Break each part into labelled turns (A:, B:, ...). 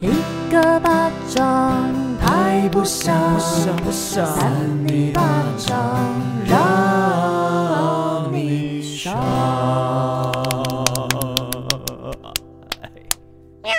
A: 一个巴掌拍不响，
B: 不想
A: 扇你巴掌让你伤。
B: 呃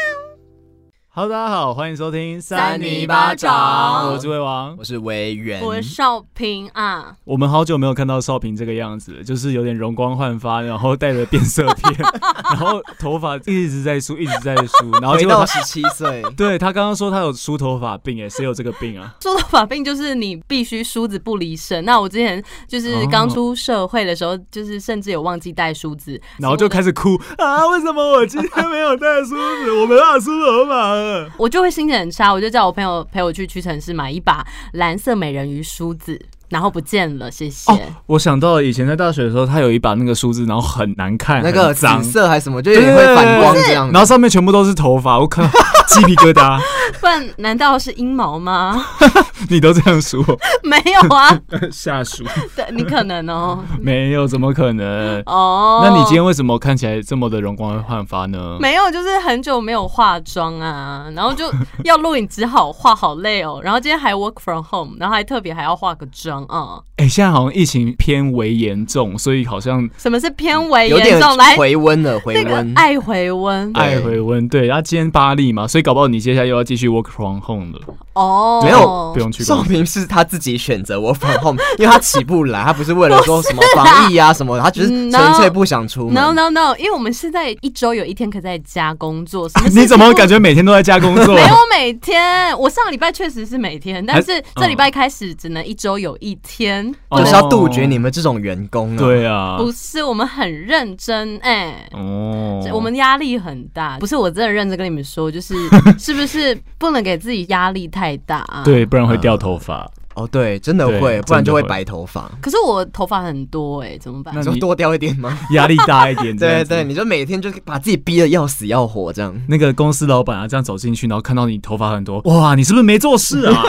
B: Hello，大家呃哎好，欢迎收听
C: 三尼巴掌
B: 我是魏王
C: 我。是维园，
B: 嗯
D: 我是少平啊，
B: 我们好久没有看到少平这个样子了，就是有点容光焕发，然后带着变色片， 然后头发一直在梳，一直在 梳，然后
C: 回
B: 结果
C: 到
B: 他
C: 十七 岁，
B: 对他刚刚说他有梳头发病，哎，谁有这个病 啊？
D: 说到法病就是你必须梳子不离身。那我之前就是
B: 哦
D: 刚出社会的时候，就是甚至有忘记带梳子，
B: 然后就开
D: 始
B: 始哭啊！为什么我今天没有带梳子？我没办法梳头发 了。
D: 我就会心情很差，我就叫我朋友陪我去屈臣氏买一把蓝色美人鱼梳子，然后不见了，谢谢。
B: 哦，我想到了以前在大学的时候，他有一把那个梳子，然后很难看，
C: 那个
B: 很
C: 紫
B: 脏，
C: 色还是什么，就有点会反光这样
B: 然。后上面全部都是头发，我看 鸡皮疙瘩。
D: 不然难道是阴谋吗？
B: 你都这样说，
D: 没有 啊，
B: 下属
D: 对你可能哦。
B: 没有，怎么可能？
D: 哦，
B: 那你今天为什么看起来这么的容光焕发呢？
D: 没有，就是很久没有化妆啊，然后就要录影，只好化，好累哦。然后今天还 work from home，然后还特别还要化个妆啊、嗯
B: 哎、现在好像疫情偏为严重，所以好像
D: 什么是偏微
C: 有点
D: 严重？来，
C: 回温
B: 哎
C: 了，
D: 那
C: 回
D: 个
C: 温。
D: 爱回温
C: 对
B: 爱回温。对，然后今天巴黎嘛，所以搞不好你接下来又要继续 work from home 了，
D: 哦，
C: 没有
B: 不用去
C: 少
B: 工作。
C: 平是他自己选择我返 home，因为他起不来，他不是为了说什么防疫啊什么的，他只是
D: 嗯
C: 纯粹不想出门。
D: No no no，因为我们是在一周有一天可以在家工作，什么
B: 啊你怎么感
D: 觉？
B: 觉每天都在家工作？
D: 没有每天，我上个礼拜确实是每天，但是这礼拜开始只能一周有一天，
B: 啊哦
C: 就是要杜绝你们这种员工啊。，
B: 对啊，
D: 不是我们很认真哎、
B: 哦
D: 这我们压力很大，不是我真的认真跟你们说， 就是是不是不能给自己压力太大啊？。
B: 对，不然会掉头 发。
C: 哦对，真的
B: 对
C: 会，不然就会
B: 真的会
C: 白头发。
D: 可是我头发很多哎、怎么办
B: 那？
C: 你
B: 你
C: 说多掉一点吗？
B: 压力大一点。 这样
C: 对
B: 子
C: 对，，你就每天就把自己逼得要死要活这样。
B: 那个公司老板啊，这样走进去，然后看到你头发很多，哇，你是不是没做事 啊？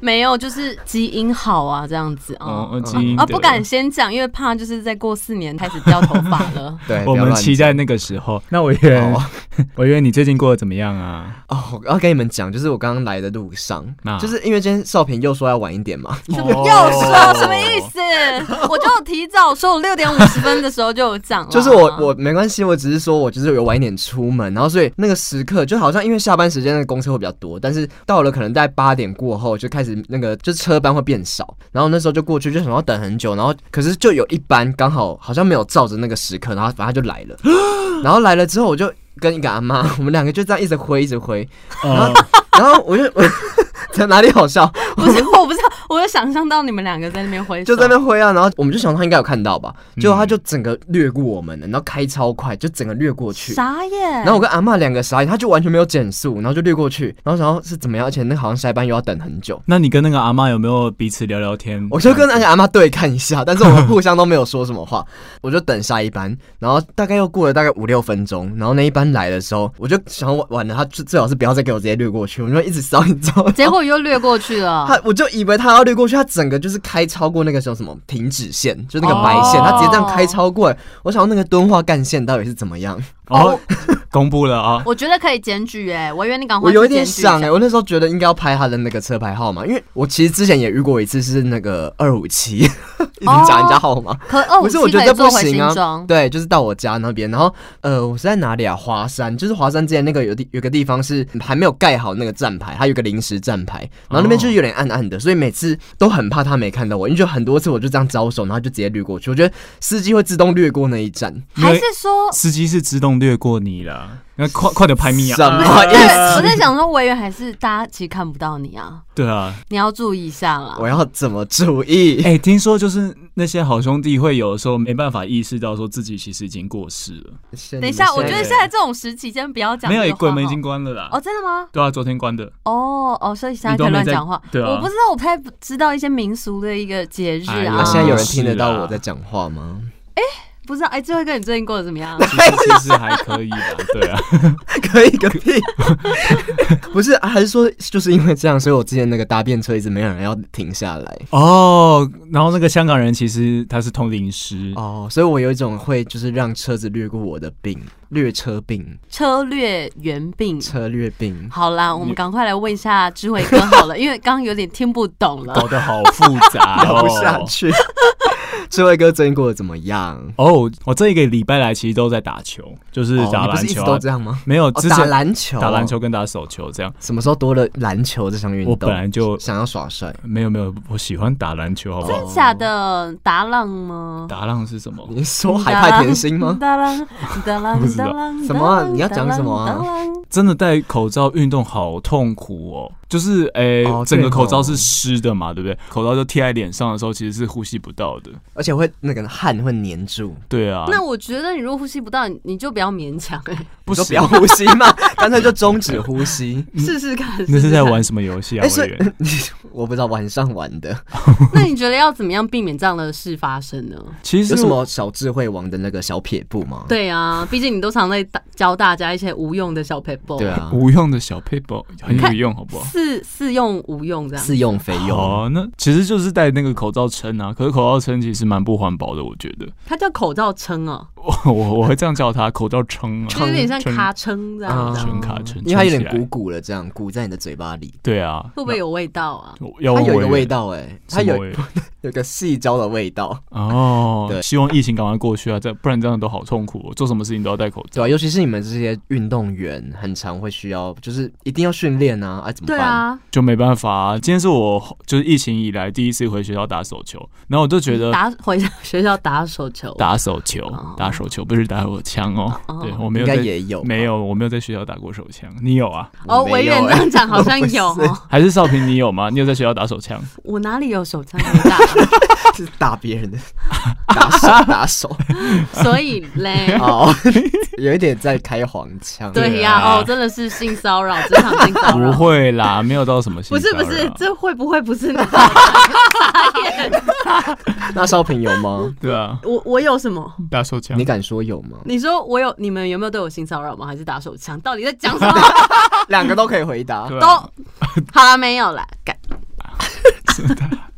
D: 没有，就是基因好啊，这样子
B: 哦
D: 啊。，
B: 嗯基因
D: 啊，
B: 的
D: 不敢。先讲，因为怕就是再过四年开始掉头发
C: 。
D: 了
C: 对，
B: 我
C: 不要
B: 们
C: 乱
B: 期
C: 讲哦
B: 待那个时候。那委员
C: 好，
B: 委员，你最近过得怎么样啊？
C: 哦，我要跟你们讲，就是我刚刚来的路上
B: 啊，
C: 就是因为今天少平又说要晚一点嘛，
B: 又
D: 又
C: 哦
D: 说什么意？
B: 哦
D: 思？我就提早说，我六点五十分的时候就有讲了。
C: 就是我我没关系，我只是说我就是有晚一点出门，然后所以那个时刻就好像因为下班时间那个公车会比较多，但是到了可能在八点过后就开始那个就是车班会变少，然后那时候就过去就想要等很久，然后可是就有一班刚好好像没有照着那个时刻，然后反正他就来了， 然后来了之后我就跟一个阿妈，我们两个就这样一直挥一直挥，
B: 呃
C: 然后我就我 在哪里好笑，
D: 不是，我不知道，我有想象到你们两个在那边挥手，
C: 就在那边挥啊，然后我们就想他应该有看到吧，
B: 嗯
C: 结果他就整个掠过我们了，然后开超快，就整个掠过去。
D: 傻眼。
C: 然后我跟阿嬷两个傻眼，他就完全没有减速，然后就掠过去，然后想要是怎么样，而且那好像下一班又要等很久，
B: 那你跟那个阿嬷有没有彼此聊聊天？
C: 我就跟那个阿嬷对看一下，但是我们互相都没有说什么话，我就等下一班，然后大概又过了大概五六分钟，然后那一班来的时候，我就想晚晚了，他最最好是不要再给我直接掠过去，我就一直扫，你知道吗？
D: 结果又略过去了。
C: 他我就以为他要掠过去，他整个就是开超过那个叫什么停止线，就那个白线，
D: 哦
C: 他直接这样开超过来。我想到那个敦化干线到底是怎么样，
B: 哦，公布了啊，
D: 我觉得可以检举哎、我以为你赶快
C: 我
D: 去
C: 有一点
D: 检举一
C: 想哎、
D: 下
C: 我那时候觉得应该要拍他的那个车牌号码，因为我其实之前也遇过一次是那个二五七， 一直讲人家号码。
D: 可二
C: 不
D: 五
C: 是，
D: 七
C: 我觉
D: 可
C: 得
D: 以
C: 不
D: 做回
C: 行
D: 新
C: 啊
D: 装。。
C: 对，就是到我家那边，然后呃，我是在哪里啊？华山，就是华山之前那个有地有个地方是还没有盖好那个站牌，它有个临时站牌，然后那边就是有点暗暗的，所以每次都很怕他没看到我，因为就很多次我就这样招手，然后就直接掠过去。我觉得司机会自动掠过那一站，
D: 还是 说，
B: 司机是自动掠过你了。那快快点拍咪
C: 什
B: 啊！
C: 么
D: 对，
C: 意思？
D: 我在想说，委员还是大家其实看不到你啊，
B: 对 啊，
D: 你要注意一下啦。
C: 我要怎么注意？
B: 哎，听说就是那些好兄弟会有的时候没办法意识到说自己其实已经过世了。
C: 等
D: 等一下，我觉
B: 现
D: 得
B: 在
D: 现在这种时期先不要讲
B: 没
D: 这个话哈。
B: 有，哎鬼门已经关了啦
D: 哦，。真的吗？
B: 对啊，昨天关的。
D: 哦哦，所以现在
B: 你都
D: 可
B: 没
D: 以乱
B: 在
D: 讲话。
B: 对啊
D: 我不知道，我不太知道一些民俗的一个节日
B: 哎呀
D: 啊。
C: 啊，现在有人听
B: 是
C: 得到
B: 啦
C: 我在讲话吗？
D: 不知道哎，智慧哥，你最近过得怎么 样？
B: 其实其实还可以 吧，对啊，
C: 可以个屁！不是，还是说就是因为这样，所以我之前那个搭便车一直没有人要停下来
B: 哦，然后那个香港人其实他是通灵师，
C: 哦，所以我有一种会就是让车子掠过我的病，掠车病，
D: 车略圆病。
C: 车掠病。
D: 好啦，我们赶快来问一下智慧哥 好了，因为刚刚有点听不懂了。
B: 搞得好复 杂
C: 聊
B: 哦，
C: 不下去。智慧哥最近过得怎么样？
B: 哦，我这一个礼拜来其实都在打球，就是
C: 哦
B: 打
C: 你不
B: 篮
C: 是一
B: 球
C: 直
B: 啊、
C: 都这样吗？
B: 没有
C: 哦，
B: 之前、
C: 打篮球，
B: 打篮，球跟打手球这样。
C: 什么时候多了篮球这项运动？
B: 我本来就嗯
C: 想要耍帅，
B: 没有没有，我喜欢打篮球，好不
D: 真
B: 好？
C: 哦
D: 的假的？达浪吗？
B: 打浪是什么？
C: 你说海派甜心
B: 嗯
C: 吗？
D: 达浪，达 浪，
B: 不知道
D: 达浪
C: 什么啊你要讲什么啊
D: 达浪
B: 真的戴口罩运动好痛苦哦，就是诶、
C: 哦
B: 整个
C: 对哦
B: 口罩是湿的嘛，对不对？口罩就贴在脸上的时候，其实是呼吸不到的。
C: 而且会那个汗会粘住，
B: 对啊，
D: 那我觉得你如果呼吸不到，你你就不要勉强，哎
B: 不
C: 你说不
B: 行
C: 要，呼吸嘛， 干脆就终止呼吸。
D: 试试看。
B: 嗯那是
D: 试试
B: 在
D: 看
B: 玩 什么游戏啊
C: 哎，？
B: 委
C: 是
B: 员，
C: 你 我不知道晚上玩
D: 啊
C: 的
D: 那你觉得要怎么样避免这样的事发生呢？
B: 其实
C: 有什
B: 我
C: 么小智慧王的那个小撇步吗？
D: 对啊，毕竟你都常在大教大家一些无用的小 paper。
C: 对，啊，
B: 无用的小 paper 很有用，好不好？
D: 似似用无用这样。
C: 似用非用，
B: 哦，那其实就是戴那个口罩撑啊，可是口罩撑其实蛮不环保的，我觉得。
D: 它叫口罩撑哦，
B: 我我会这样叫他，口罩撑啊，
D: 就有点像
B: 撑
D: 卡撑这样
C: 啊
D: 子。
B: 撑卡撑，
C: 因为它有点
B: 撑起来
C: 鼓。鼓了，这样鼓在你的嘴巴里，
B: 对啊，
D: 会不会有味道啊？
B: 那要
C: 它有一个
B: 闻
C: 味道哎，它
B: 什么
C: 有
B: 味
C: 有个细胶的味道，
B: 哦
C: 对。
B: 希望疫情赶快过去啊，这不然这样都好痛苦、哦，做什么事情都要戴口罩。
C: 对啊，尤其是你们这些运动员，很常会需要，就是一定要训练啊，啊怎么
D: 对
C: 办？
D: 啊，
B: 就没办法、啊。今天是我就是疫情以来第一次回学校打手球，然后我就觉得
D: 打回 学校嗯打手球，
B: 打手球
D: 哦，
B: 打手球不是打手枪哦。
D: 哦
B: 对我没有
C: 应该
B: 在
C: 也有吧
B: 没有，我没有在学校打过手枪。你有啊？
D: 哦，
C: 没
D: 维
C: 有
D: 远这
C: 欸
D: 样讲好像有
C: 我不
D: 哦，
B: 还是少平你有吗？你有在学校打手 枪？
D: 我哪里有手枪可以 打？啊
C: 是打别人的打手打手
D: 所以嘞，
C: 哦， 有一点在开黄腔。
D: 对
B: 啊对啊
D: 呀，哦，真的是性骚扰，职场性骚
B: 不
D: 扰。
B: 会啦，没有到什么性
D: 哦不是
B: 骚
D: 不
B: 扰
D: 是，这会不会不是那个？
C: 那少平有吗？
B: 对啊，
D: 我我有什么？？
B: 打手枪
C: 你敢说有吗
D: 你说我有，你们有没有对我性骚扰吗？还是打手枪？到底在讲什么？
C: 两个都可以回答。
B: 对
D: 都
B: 啊，
D: 好了，没有啦。改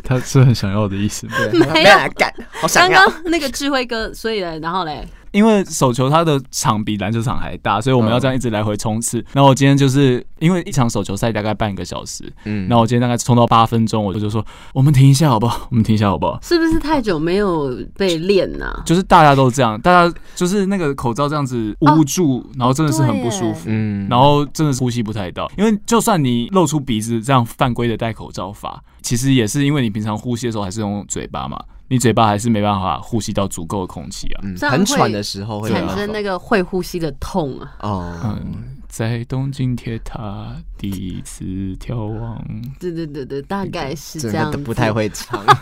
B: 他是很想要的意思吗。
C: 对，
D: 没有
C: 人敢，好
D: 刚
C: 想要。
D: 刚那个智慧哥，所以嘞，然后嘞，
B: 因为手球它的场比篮球场还大，所以我们
C: 嗯
B: 要这样一直来回冲
D: 嗯
B: 刺。然后我今天就是因为一场手球赛大概半个小时，
C: 嗯
B: 然后我今天大概冲到八分钟，我就说我们停一下好不好？我们停一下好不好？
D: 是不是太久没有被练啊呐、
B: 就是大家都这样，大家就是那个口罩这样子捂住，
D: 哦
B: 然后真的是很不舒服。
C: 嗯
B: 然后真的是呼吸不太到，因为就算你露出鼻子这样犯规的戴口罩法，其实也是因为你平常呼吸的时候还是用嘴巴嘛，你嘴巴还是没办法呼吸到足够的空气啊。
C: 嗯
D: 这样
C: 很喘的时候会啊
D: 产生那
C: 个
D: 个会呼吸的痛啊，
C: 哦，
B: 嗯，在东京铁塔第一次眺望。
D: 对对对对，大概是这
C: 真
D: 样
C: 的
D: 子。
C: 不太会 唱
D: 哎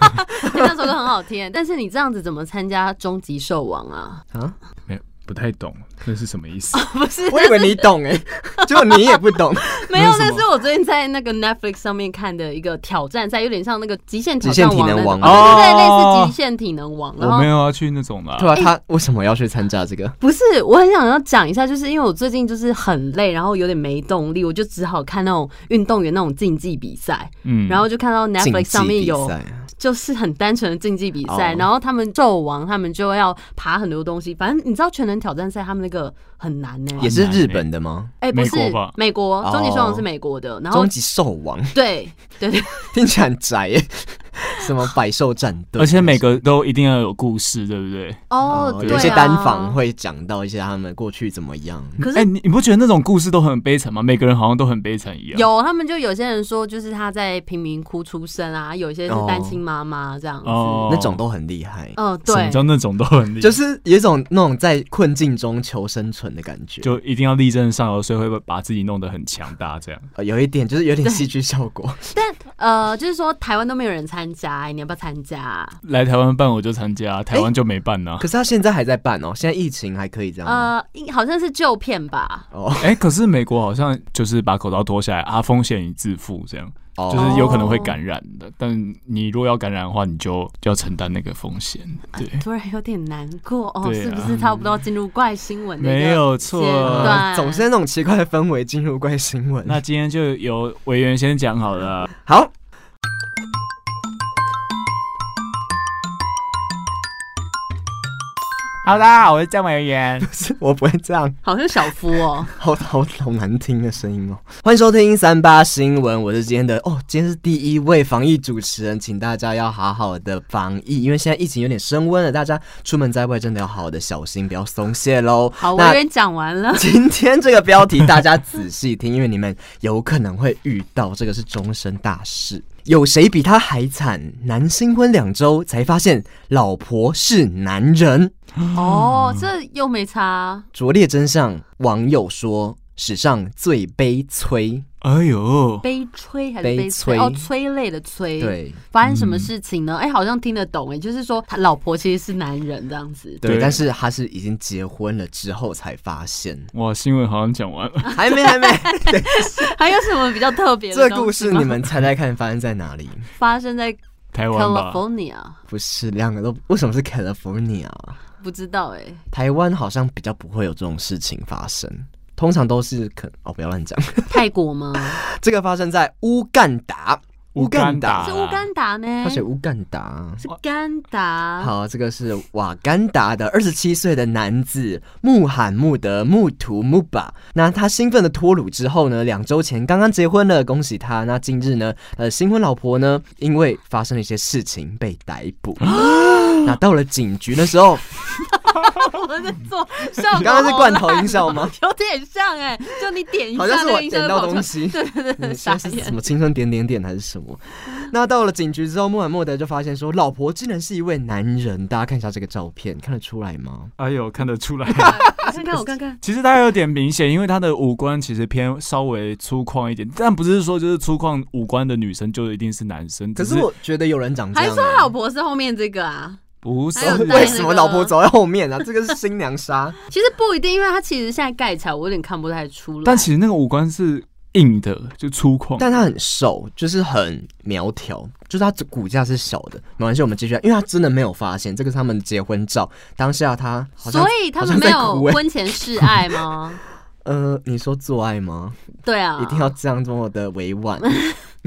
D: 那首歌很好听，但是你这样子怎么参加终极兽王啊？
C: 啊。
B: 没有，不太懂那是什么意思。
D: 不是，
C: 我以为你懂 哎，结果你也不懂。
D: 没有，
B: 那是什
D: 那
B: 么
D: 是我最近在那个 Netflix 上面看的一个挑战赛，有点像那个极限挑
C: 极限
D: 战
C: 体
D: 王
C: 能
D: 那
C: 王
D: 种，
B: 哦
D: 对对对，类似极限体能王。然
B: 我
D: 后
B: 哦没有要去那种啦。
C: 对啊，他为什么要去参加这个？
D: 不是，我很想要讲一下，就是因为我最近就是很累，然后有点没动力，我就只好看那种运动员那种竞技比赛，
B: 嗯
D: 然后就看到
C: 竞
D: Netflix 上面
C: 技比
D: 有
C: 赛
D: 就是很单纯的竞技比赛，
C: 哦
D: 然后他们纣王他们就要爬很多东西，反正你知道全能挑战赛他们那个很难呢、
C: 也是日本的吗？
D: 哎、不是
B: 美国吧
D: 美国
C: 哦
D: 终极兽王是美国的，然后
C: 终极兽王
D: 对对对，
C: 听起来很宅 耶，什么百兽战队，
B: 而且每个都一定要有故事，对不对？
D: 哦，
C: 哦
D: 对、啊，
C: 有一些单访会讲到一些他们过去怎么样。
D: 可是
B: 哎、你你不觉得那种故事都很悲惨吗？每个人好像都很悲惨一样。
D: 有，他们就有些人说，就是他在贫民窟出生啊，有一些是单亲妈妈这样子。
B: 哦，
C: 那种都很厉害，
D: 嗯、
B: 什么
D: 对，
B: 叫那种都很厉害，
C: 就是有一种那种在困境中求生存的感觉，
B: 就一定要力争上游，所以会把自己弄得很强大这样。
C: 哦呃有一点就是有点戏剧效果。
D: 但呃，就是说台湾都没有人参加，来，你要不要参加？
B: 来台湾办我就参加，台湾就没办啊呢、
C: 可是他现在还在办哦，现在疫情还可以这样吗。
D: 呃，好像是旧片吧，
C: 哦，
B: 哎、可是美国好像就是把口罩脱下来啊，风险你自负，这样
D: 嗯
C: 哦
B: 就是有可能会感染的。但你如果要感染的话，你就就要承担那个风险。对，
D: 啊突然有点难过哦，
B: 对啊
D: 是不是差不多要进入怪新闻的一个
B: 没有错
D: 阶段
C: 总是在那种奇怪的氛围进入怪新闻。
B: 呃那今天就由委员先讲好了。
C: 好，
B: 好啦，我是江委员。
C: 我不会这样，
D: 好像小夫哦，
C: 好好好难听的声音哦。欢迎收听三八新闻，我是今天的哦，今天是第一位防疫主持人，请大家要好好的防疫，因为现在疫情有点升温了，大家出门在外真的要好好的小心，不要松懈喽。
D: 好，我
C: 那。
D: 有点讲完了
C: 今天这个标题大家仔细听，因为你们有可能会遇到，这个是终身大事。有谁比他还惨？男新婚两周才发现老婆是男人。
D: 哦，这又没差，
C: 拙劣真相，网友说史上最悲催。
B: 哎呦，
D: 悲催还是
C: 悲
D: 悲催？
C: 催
D: 哦，催泪的催。，
C: 对
D: 发生什么事情呢？哎，好像听得懂哎，就是说他老婆其实是男人这样子。
C: 对，
B: 对
C: 但是他是已经结婚了之后才发现，
B: 哇，新闻好像讲完了。
C: 还没还没。对，
D: 还有什么比较特别的
C: 这
D: 东西吗？
C: 故事你们猜猜看发生在哪里？
D: 发生在
B: 台湾吧，
D: California，
C: 不是两个都为什么是 California？
D: 不知道哎。
C: 台湾好像比较不会有这种事情发生，通常都是可哦，不要乱讲。
D: 泰 国吗？
C: 这个发生在乌干达，
B: 乌干达
D: 是乌干达呢
C: 他？写乌干达。
D: 是甘达。
C: 哦好，这个是瓦干达的二十七岁的男子穆罕穆德·穆图穆巴。那他兴奋的脱乳之后呢，两周前刚刚结婚了，恭喜他。那近日呢，呃，新婚老婆呢，因为发生了一些事情被逮捕。 那到了警局的时候，
D: 我们在做效
C: 你刚
D: 果，
C: 刚是罐头音效吗？
D: 有点像哎，就你点一下，
C: 好像是
D: 那
C: 我
D: 个音效
C: 点
D: 就
C: 到
D: 跑出
C: 东西。
D: 对对对，
C: 嗯
D: 傻
C: 现在是
D: 眼
C: 什。么青春点点点还是什么？那到了警局之后，穆罕默德就发现说，老婆竟然是一位男人。大家看一下这个照片，看得出来吗？
B: 哎呦，看得出来。
D: 我看看，我看看，
B: 其实它有点明显，因为她的五官其实偏稍微粗犷一点，但不是说就是粗犷五官的女生就一定是男生。
C: 可
B: 只
C: 是我觉得有人长这
D: 还
C: 样、啊
D: 说老婆是后面这个啊？
B: 不是
D: 还有戴那 个
C: 为什么老婆走在后面啊？这个是新娘 纱，
D: 其实不一定，因为他其实现在盖起来，我有点看不太出来。
B: 但其实那个五官是硬的，就粗犷。
C: 但她很瘦，就是很苗条，就是她骨架是小的。没关系，我们继续啊看，因为她真的没有发现，这个是他们结婚照，当下她好像
D: 所以他们
C: 好
D: 没
C: 像
D: 有
C: 在哭欸
D: 婚前示爱 吗？
C: 呃，你说做爱吗？
D: 对啊，
C: 一定要这样这么的委 婉。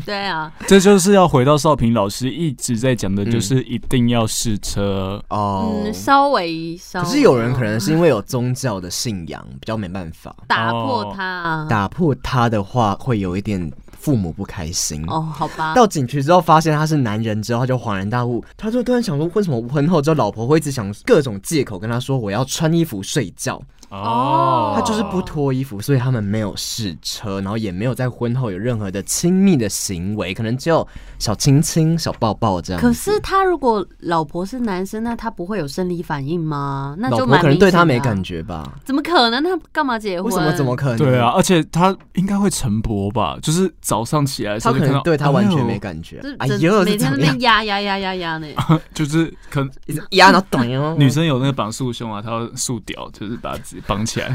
D: 对啊，
B: 这就是要回到少平老师一直在讲的，
C: 嗯
B: 就是一定要试车。
C: 哦、
D: 嗯，稍微稍
C: 可
D: 微。
C: 是有人可能是因为有宗教的信仰，比较没办法
D: 打破他啊。
C: 打破他的话，会有一点父母不开心。
D: 哦，好吧，
C: 到警局之后，发现他是男人之后，他就恍然大悟，他就突然想说，为什么婚后之后老婆会一直想各种借口跟他说我要穿衣服睡觉，
D: 哦
C: 他就是不脱衣服，所以他们没有试车，然后也没有在婚后有任何的亲密的行为，可能只有小亲亲、小抱抱这样子。
D: 可是他如果老婆是男生，那他不会有生理反应吗？那
C: 老
D: 就
C: 婆
D: 蛮
C: 可能对他
D: 明显
C: 没
D: 的啊
C: 感，觉吧？
D: 怎么可能？那干嘛结婚？
C: 为什么？怎么可能？
B: 对啊，，而且他应该会晨勃吧，就是早上起来的时
C: 他
B: 候
C: 可
B: 就看到
C: 能对他完全没
B: 哎
C: 感觉
D: 就是。
C: 哎
D: 整
C: 呦，
D: 每
C: 是
D: 天
C: 怎
D: 那
C: 么
D: 边
C: 样？
D: 压压压压压呢？
B: 呦，就是可能
C: 一直压到哦短哟，
B: 女 生有那个绑束胸啊，她要束屌，就是把自己绑 起来。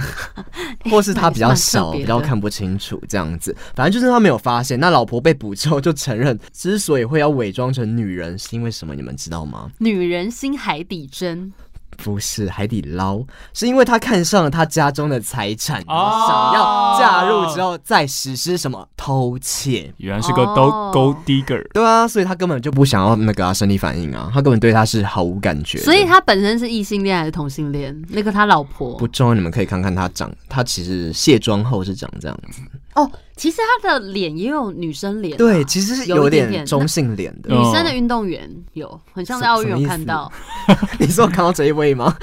C: 或是他比较小，
D: 蛮特别的
C: 比较看不清楚这样子。反正就是他没有发现。那老婆被捕之后就承认， 之所以会要伪装成女人，是因为什么？你们知道吗？
D: 女人心海底 针，
C: 哦不是海底捞，是因为他看上了他家中的财产，然
B: 哦
C: 后想要嫁入之后再实施什么偷窃。
B: 原来是个
D: 哦
B: gold gold digger。
C: 对啊，所以他根本就不想要那个、啊、生理反应啊，他根本对他是毫无感觉的。
D: 所以他本身是异性恋还是同性恋？那个他老婆
C: 不重要，你们可以看看他长，他其实卸妆后是长这样子。
D: 哦，其实他的脸也有女生脸啊、
C: 对，其实是
D: 有
C: 有
D: 一点
C: 点
D: 点
C: 中性脸 的。
B: 嗯
D: 女生的运动员有，很像在奥运有看到，
C: 你说我看到这一位吗？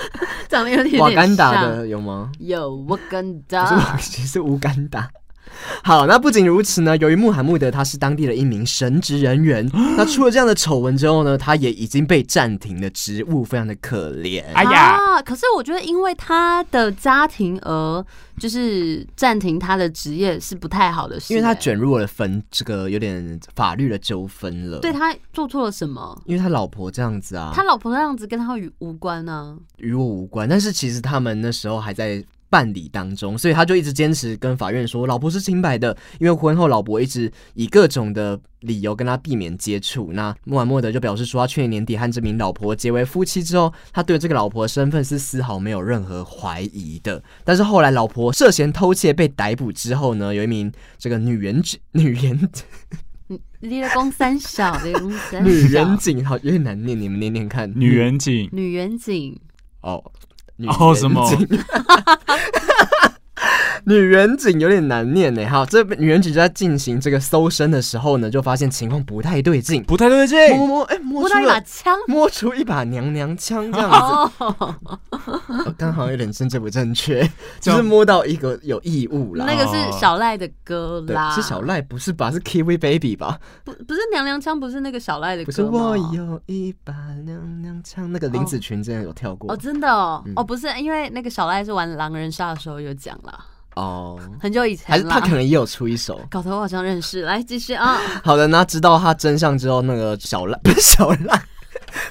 D: 长得有点
C: 瓦干达
D: 像啊
C: 的有吗？
D: 有瓦干
C: 不是
D: 达
C: 瓦，其实乌干达，好，那不仅如此呢，由于穆罕默德他是当地的一名神职人 员，那出了这样的丑闻之后呢，他也已经被暂停了职务，非常的可怜。
B: 哎呀
D: 啊！可是我觉得，因为他的家庭而就是暂停他的职业是不太好的事、
C: 因为他
D: 哎
C: 卷入了分这个有点法律的纠纷了。
D: 对，他做错了什么？
C: 因为他老婆这样子啊，
D: 他老婆那样子跟他与无关啊呢、
C: 与我无关。但是其实他们那时候还在办理当中，所以他就一直坚持跟法院说老婆是清白的，因为婚后老婆一直以各种的理由跟他避免接触。那穆罕默德就表示说，他去年年底和这名老婆结为夫妻之后，他对这个老婆的身份是丝毫没有任何怀疑的。但是后来老婆涉嫌偷窃被逮捕之后呢，有一名这个女原女原
D: 你的公三小，你的公三
C: 女
D: 小
C: 远，警，好有点难念，你们念念看。
B: 女远景
C: 嗯
D: 女远景，
C: 哦，女
B: 哦什么
C: 远景？ 女远景有点难念呢。好，这女远景就在进行这个搜身的时候呢，就发现情况不太对劲，
B: 不太对劲，
C: 摸摸摸，哎、摸
D: 摸
C: 出
D: 到一把
C: 了。
D: 枪
C: 摸出一把娘娘腔这样子，
D: 哦，
C: 哦刚、好有点政治不 正确，
B: 这
C: 就
B: 样
C: 是摸到一个有异物啦。
D: 那个是小赖的歌
C: 对
D: 啦，，
C: 是小，赖不是吧？是 Kiwi Baby 吧？
D: 不不是娘娘腔，不是那个小赖的歌
C: 不是，
D: 吗
C: 我有一把娘娘腔，那个林子群之前有跳过
D: 哦，真的哦，
C: 嗯
D: 哦，不是，因为那个小赖是玩狼人杀的时候有讲啦，
C: 哦，
D: 很久以前
C: 还是他
D: 啦
C: 可能也有出一首。
D: 搞得我好像认识，来继 续啊，
C: 好的，那知道他真相之后，那个小赖 不是小 赖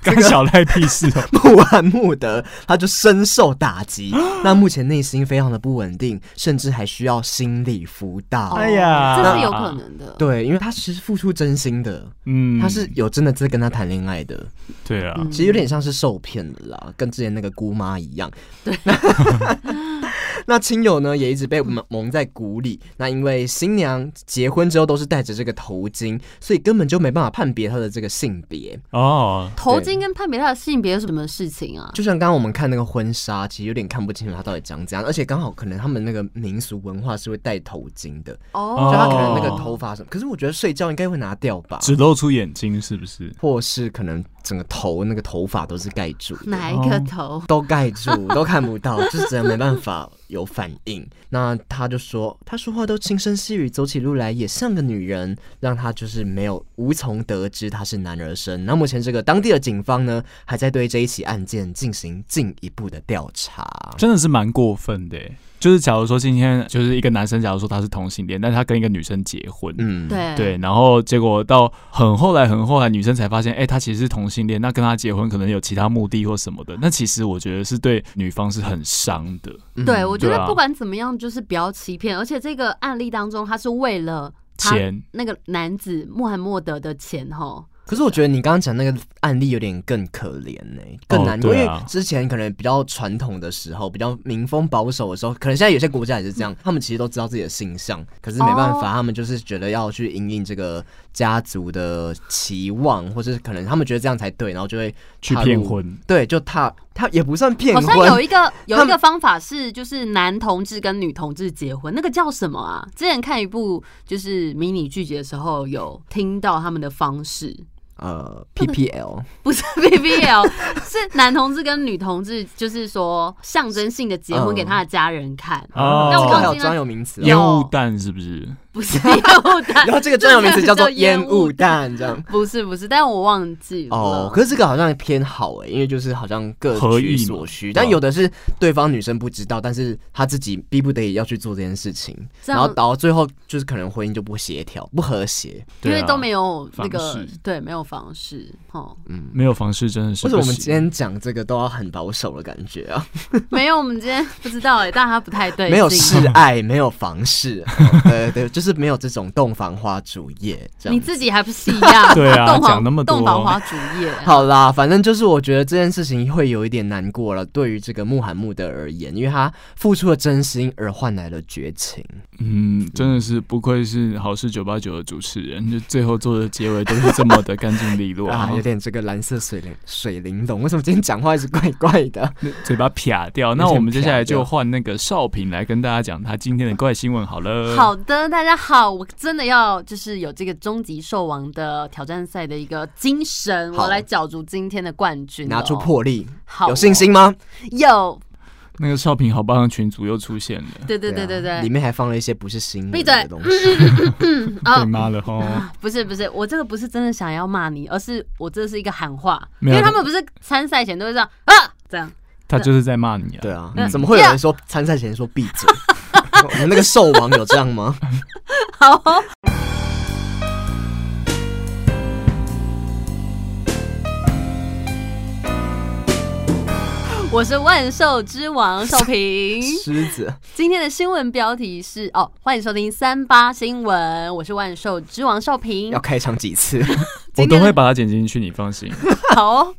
B: 干小赖屁事哦。
C: 穆罕默德他就深受打 击，那目前内心非常的不稳定，甚至还需要心理辅导。
B: 哎呀，
D: 哦这是有可，能的。
C: 对，因为他是付出真心的，
B: 嗯
C: 他是嗯有真的在跟他谈恋爱的，
B: 对啊，
C: 其实有点像是受骗的啦，跟之前那个姑妈一样。 对。那亲友呢也一直被蒙蒙在鼓里。那因为新娘结婚之后都是戴着这个头巾，所以根本就没办法判别她的这个性别。
B: 哦，
D: 头巾跟判别他的性别有什么事情啊？
C: 就像刚刚我们看那个婚纱，其实有点看不清楚它到底长怎样，而且刚好可能他们那个民俗文化是会戴头巾的，
D: 哦
C: 就他可能那个头发什么，可是我觉得睡觉应该会拿掉吧，
B: 只露出眼睛是不是？
C: 或是可能整个头那个头发都是盖住 的。
D: 哪一个头？
C: 都盖住，都看不到，就只能没办法有反应。那他就说，他说话都轻声细语，走起路来也像个女人，让他就是没有无从得知他是男儿身。那目前这个当地的警方呢，还在对这一起案件进行进一步的调查。
B: 真的是蛮过分的耶。就是假如说今天就是一个男生，假如说他是同性恋，但他跟一个女生结婚，
C: 嗯，
D: 对
B: 对，然后结果到很后来很后来，女生才发现，哎、他其实是同性恋，那跟他结婚可能有其他目的或什么的。那其实我觉得是对女方是很伤的。
C: 嗯
D: 对，我觉
B: 对
D: 得
B: 啊
D: 不管怎么样，就是不要欺骗。而且这个案例当中，他是为了他
B: 钱
D: 那个男子穆罕默德的钱哈。
C: 可是我觉得你刚刚讲那个案例有点更可怜呢、更难过，
B: 对
C: 因
B: 啊
C: 为之前可能比较传统的时候，比较民风保守的时候，可能现在有些国家也 是这样，他们其实都知道自己的性向，可是没办
B: 哦
C: 法，他们就是觉得要去迎应这个家族的期望，或者是可能他们觉得这样才对，然后就会
B: 去
C: 踏入
B: 骗，婚，
C: 对，就踏他也不算骗
D: 好
C: 婚，
D: 像有一 个有
C: 他们
D: 一个方法是，就是男同志跟女同志结婚，那个叫什么啊？之前看一部就是迷你剧集的时候，有听到他们的方式，
C: 呃 PPL，
D: 不是 BBL，是男同志跟女同志，就是说象征性的结
C: 嗯
D: 婚给他的家人看。
B: 哦
D: 那我
C: 这个还
D: 忘
C: 有
D: 记
C: 专
D: 那
C: 有 名词、
B: 烟
C: 啊，
B: 雾弹是不是？
D: 不是烟雾弹，
C: 然后这个专有名词 叫做烟雾
D: 弹。
C: 弹，这样。
D: 不是不是，但我忘记了。
C: 哦，可是这个好像偏好哎、因为就是好像各
B: 合
C: 取
B: 意嘛
C: 所需，
B: 对
C: 但
B: 啊
C: 有的是对方女生不知道，但是她自己逼不得已要去做这件事情，
D: 这
C: 然
D: 样
C: 后到最后就是可能婚姻就不协调、不和谐。
D: 因
B: 对啊
D: 为都没有那
B: 方
D: 个
B: 式
D: 对，没有方式哦，
B: 没有房事真的是
C: 为
B: 不
C: 什
B: 行。
C: 么我们今天讲这个都要很保守的感觉啊？
D: 没有。我们今天不知道哎，但他不太对劲，
C: 没有示
D: 啊
C: 爱，没有房事，哦对对，就是没有这种洞房花烛夜这样
D: 你。自己还不是一 样？
B: 对啊
D: 洞房
B: 讲那么多
D: 洞房花烛夜。
C: 好啦，反正就是我觉得这件事情会有一点难过了，对于这个穆罕默德而言，因为他付出了真心而换来了绝情。
B: 嗯，真的是不愧是好事九八九的主持人，就最后做的结尾都是这么的干净利落，
C: 啊，有点这个蓝色水灵水玲珑，为什么今天讲话一直怪怪 的？
B: 嘴巴撇掉。那
C: 有点
B: 我们接下来
C: 撇掉
B: 就换那个少平来跟大家讲他今天的怪新闻好了。
D: 好的，大家好，我真的要就是有这个终极兽王的挑战赛的一个精神，
C: 好
D: 我来角逐今天的冠军、哦
C: 拿出，魄力，
D: 好哦
C: 有信心吗？
D: 有
B: 那个少平好棒的群组又出现了，
D: 对对对对
C: 啊
D: 对，
C: 里面还放了一些不是新闻
D: 闭嘴
C: 的东西。
D: 哦
B: 被，骂了吼。
D: 不是不是，我这个不是真的想要骂你，而是我这是一个喊话，因
B: 没有
D: 为他们不是参赛前都会这样啊这样，
B: 他就是在骂你啊。
C: 对啊
B: 嗯，
C: 怎么会有人说参赛前说闭嘴？ 我们那个兽王有这样吗？
D: 好哦，我是万兽之王少平，
C: 狮子，
D: 今天的新闻标题是哦，欢迎收听三八新闻，我是万兽之王少平
C: 要。开场几 次？啊
B: 我
D: 今
B: 都
D: 天
B: 会
D: 的
B: 把它剪进去，你放心。
D: 好哦，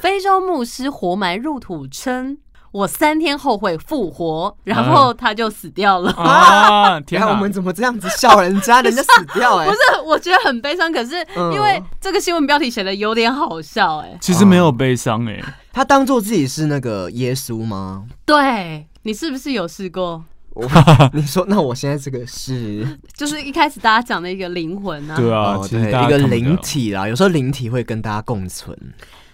D: 非洲牧师活埋入土称。我三天后会复活，然后他就死掉 了。
B: 啊，
C: 你
B: 天
C: 看
B: 哪！
C: 哎我们怎么这样子笑人家，人家死掉哎
D: 不。是，我觉得很悲伤，可是
C: 嗯
D: 因为这个新闻标题写的有点好笑、哎，
B: 其实没有悲伤哎、
C: 他当做自己是那个耶稣吗？
D: 对你是不是有试过？
C: 我你说，那我现在这个是
D: 就是一开始大家讲的一个灵魂啊。
B: 对啊，
C: 哦，
B: 其
C: 对，
B: 实大家
C: 一个
B: 看不
C: 灵
B: 到
C: 体啦，有时候灵体会跟大家共存。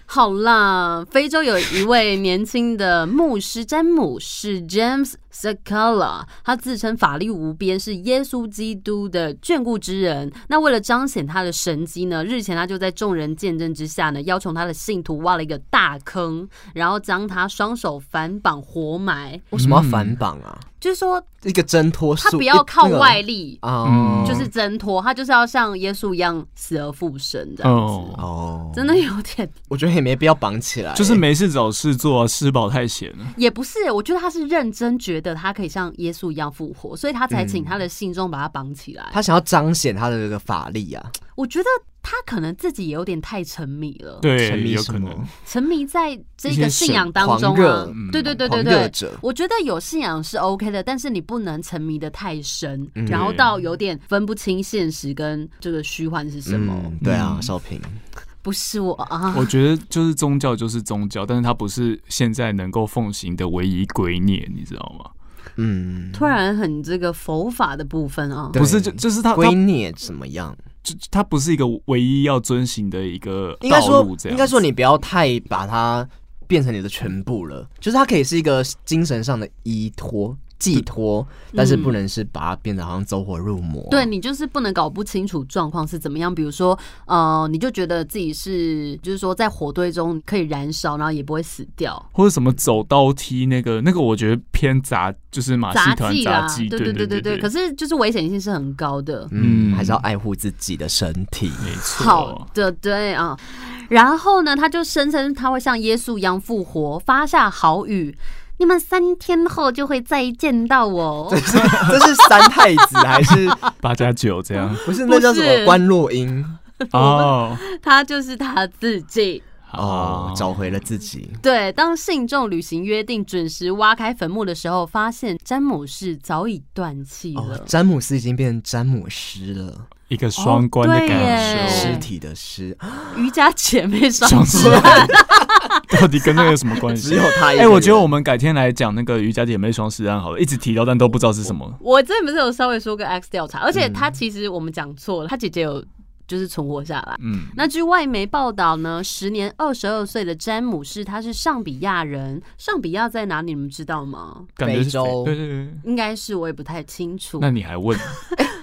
D: 好啦，非洲有一位年轻的牧师詹姆士 James Sakala，他自称法力无边，是耶稣基督的眷顾之人。那为了彰显他的神迹呢，日前他就在众人见证之下呢，要求他的信徒挖了一个大坑，然后将他双手反绑活埋，
C: 为什么
B: 嗯
C: 要反绑啊？
D: 就是说
C: 一个挣脱术，
D: 他不要靠
C: 一那个
D: 外力，
C: 啊，
D: 就是挣脱，他就是要像耶稣一样死而复生这样。
B: 哦，
C: 哦，
D: 真的有点，
C: 我觉得也没必要绑起来，
B: 就是没事找事做啊，吃饱太闲了。
D: 也不是，我觉得他是认真觉得他可以像耶稣一样复活，所以他才请他的信众把他绑起来。
C: 他想要彰显他的这个法力啊，
D: 我觉得他可能自己也有点太沉迷了，
C: 沉
B: 对，
C: 迷
B: 有
C: 什
B: 可
C: 么
B: 能。
D: 沉迷在这
B: 一
D: 个
B: 些
D: 信
B: 神
D: 仰当
C: 狂
D: 中
C: 热
D: 啊
C: 嗯。
D: 对对对
C: 狂
D: 对
C: 热
D: 对，
C: 者
D: 我觉得有信仰是 OK 的，但是你不能沉迷的太深，
C: 嗯
D: 然后到有点分不清现实跟这个虚幻是什么。
C: 嗯对啊，
B: 嗯
C: 少平，
D: 不是我啊，
B: 我觉得就是宗教就是宗教，但是它不是现在能够奉行的唯一圭臬，你知道吗？
C: 嗯，
D: 突然很这个佛法的部分啊，
C: 对
B: 不是，就就是它它
C: 圭臬怎么样？
B: 就它不是一个唯一要遵行的一个
C: 应该
B: 道
C: 说
B: 路，这样子。
C: 应该说你不要太把它变成你的全部了，就是它可以是一个精神上的依托。寄托，但是不能是把它变得好像走火入魔。
D: 嗯
C: 啊
D: 对你就是不能搞不清楚状况是怎么样，比如说，呃，你就觉得自己是，就是说在火堆中可以燃烧，然后也不会死掉，
B: 或者什么走刀梯那个那个，我觉得偏杂，啊就是马戏
D: 杂
B: 团
D: 技
B: 杂
D: 啦，
B: 技，
D: 对
B: 对
D: 对
B: 对
D: 对。可
B: 是
D: 是就是危险性是很高的。
C: 嗯，
B: 嗯
C: 还是要爱护自己的身体。
B: 没错，
D: 好的，对啊。然后呢，他就声称他会像耶稣一样复活，发下好语，你们三天后就会再见到我。 哦
C: 这是三太子还是
B: 八加九这样
C: 不是？那叫什
D: 不是
C: 么？关若英
B: 哦
D: 他就是他自己。
C: 哦
B: 好，
C: 找回了自己。
D: 对，当信众履行约定，准时挖开坟墓的时候，发现詹姆士早已断气了。
C: 哦，詹姆斯已经变成詹姆斯了，
B: 一个双关的
D: 哦对
B: 感
D: 耶
B: 受
C: 尸。体的尸，
D: 瑜伽姐妹双
B: 想
D: 子
B: 知道 到底跟那个有什么 关
C: 只
B: 系
C: 有？他
B: 哎、
C: 一个人。
B: 我觉得我们改天来讲那个瑜伽姐妹双尸案好了，一直提到但都不知道是什么。
D: 我之前不是有稍微说个 X 调查，而且她其实我们讲错了，她姐姐有就是存活下来。
B: 嗯，
D: 那据外媒报道呢，时年二十二岁的詹姆士，他是上比亚人。上比亚在哪里？你们知道吗？
B: 感觉是
C: 非洲
B: 对对对。
D: 应该是我也不太清楚
B: 那。你还问？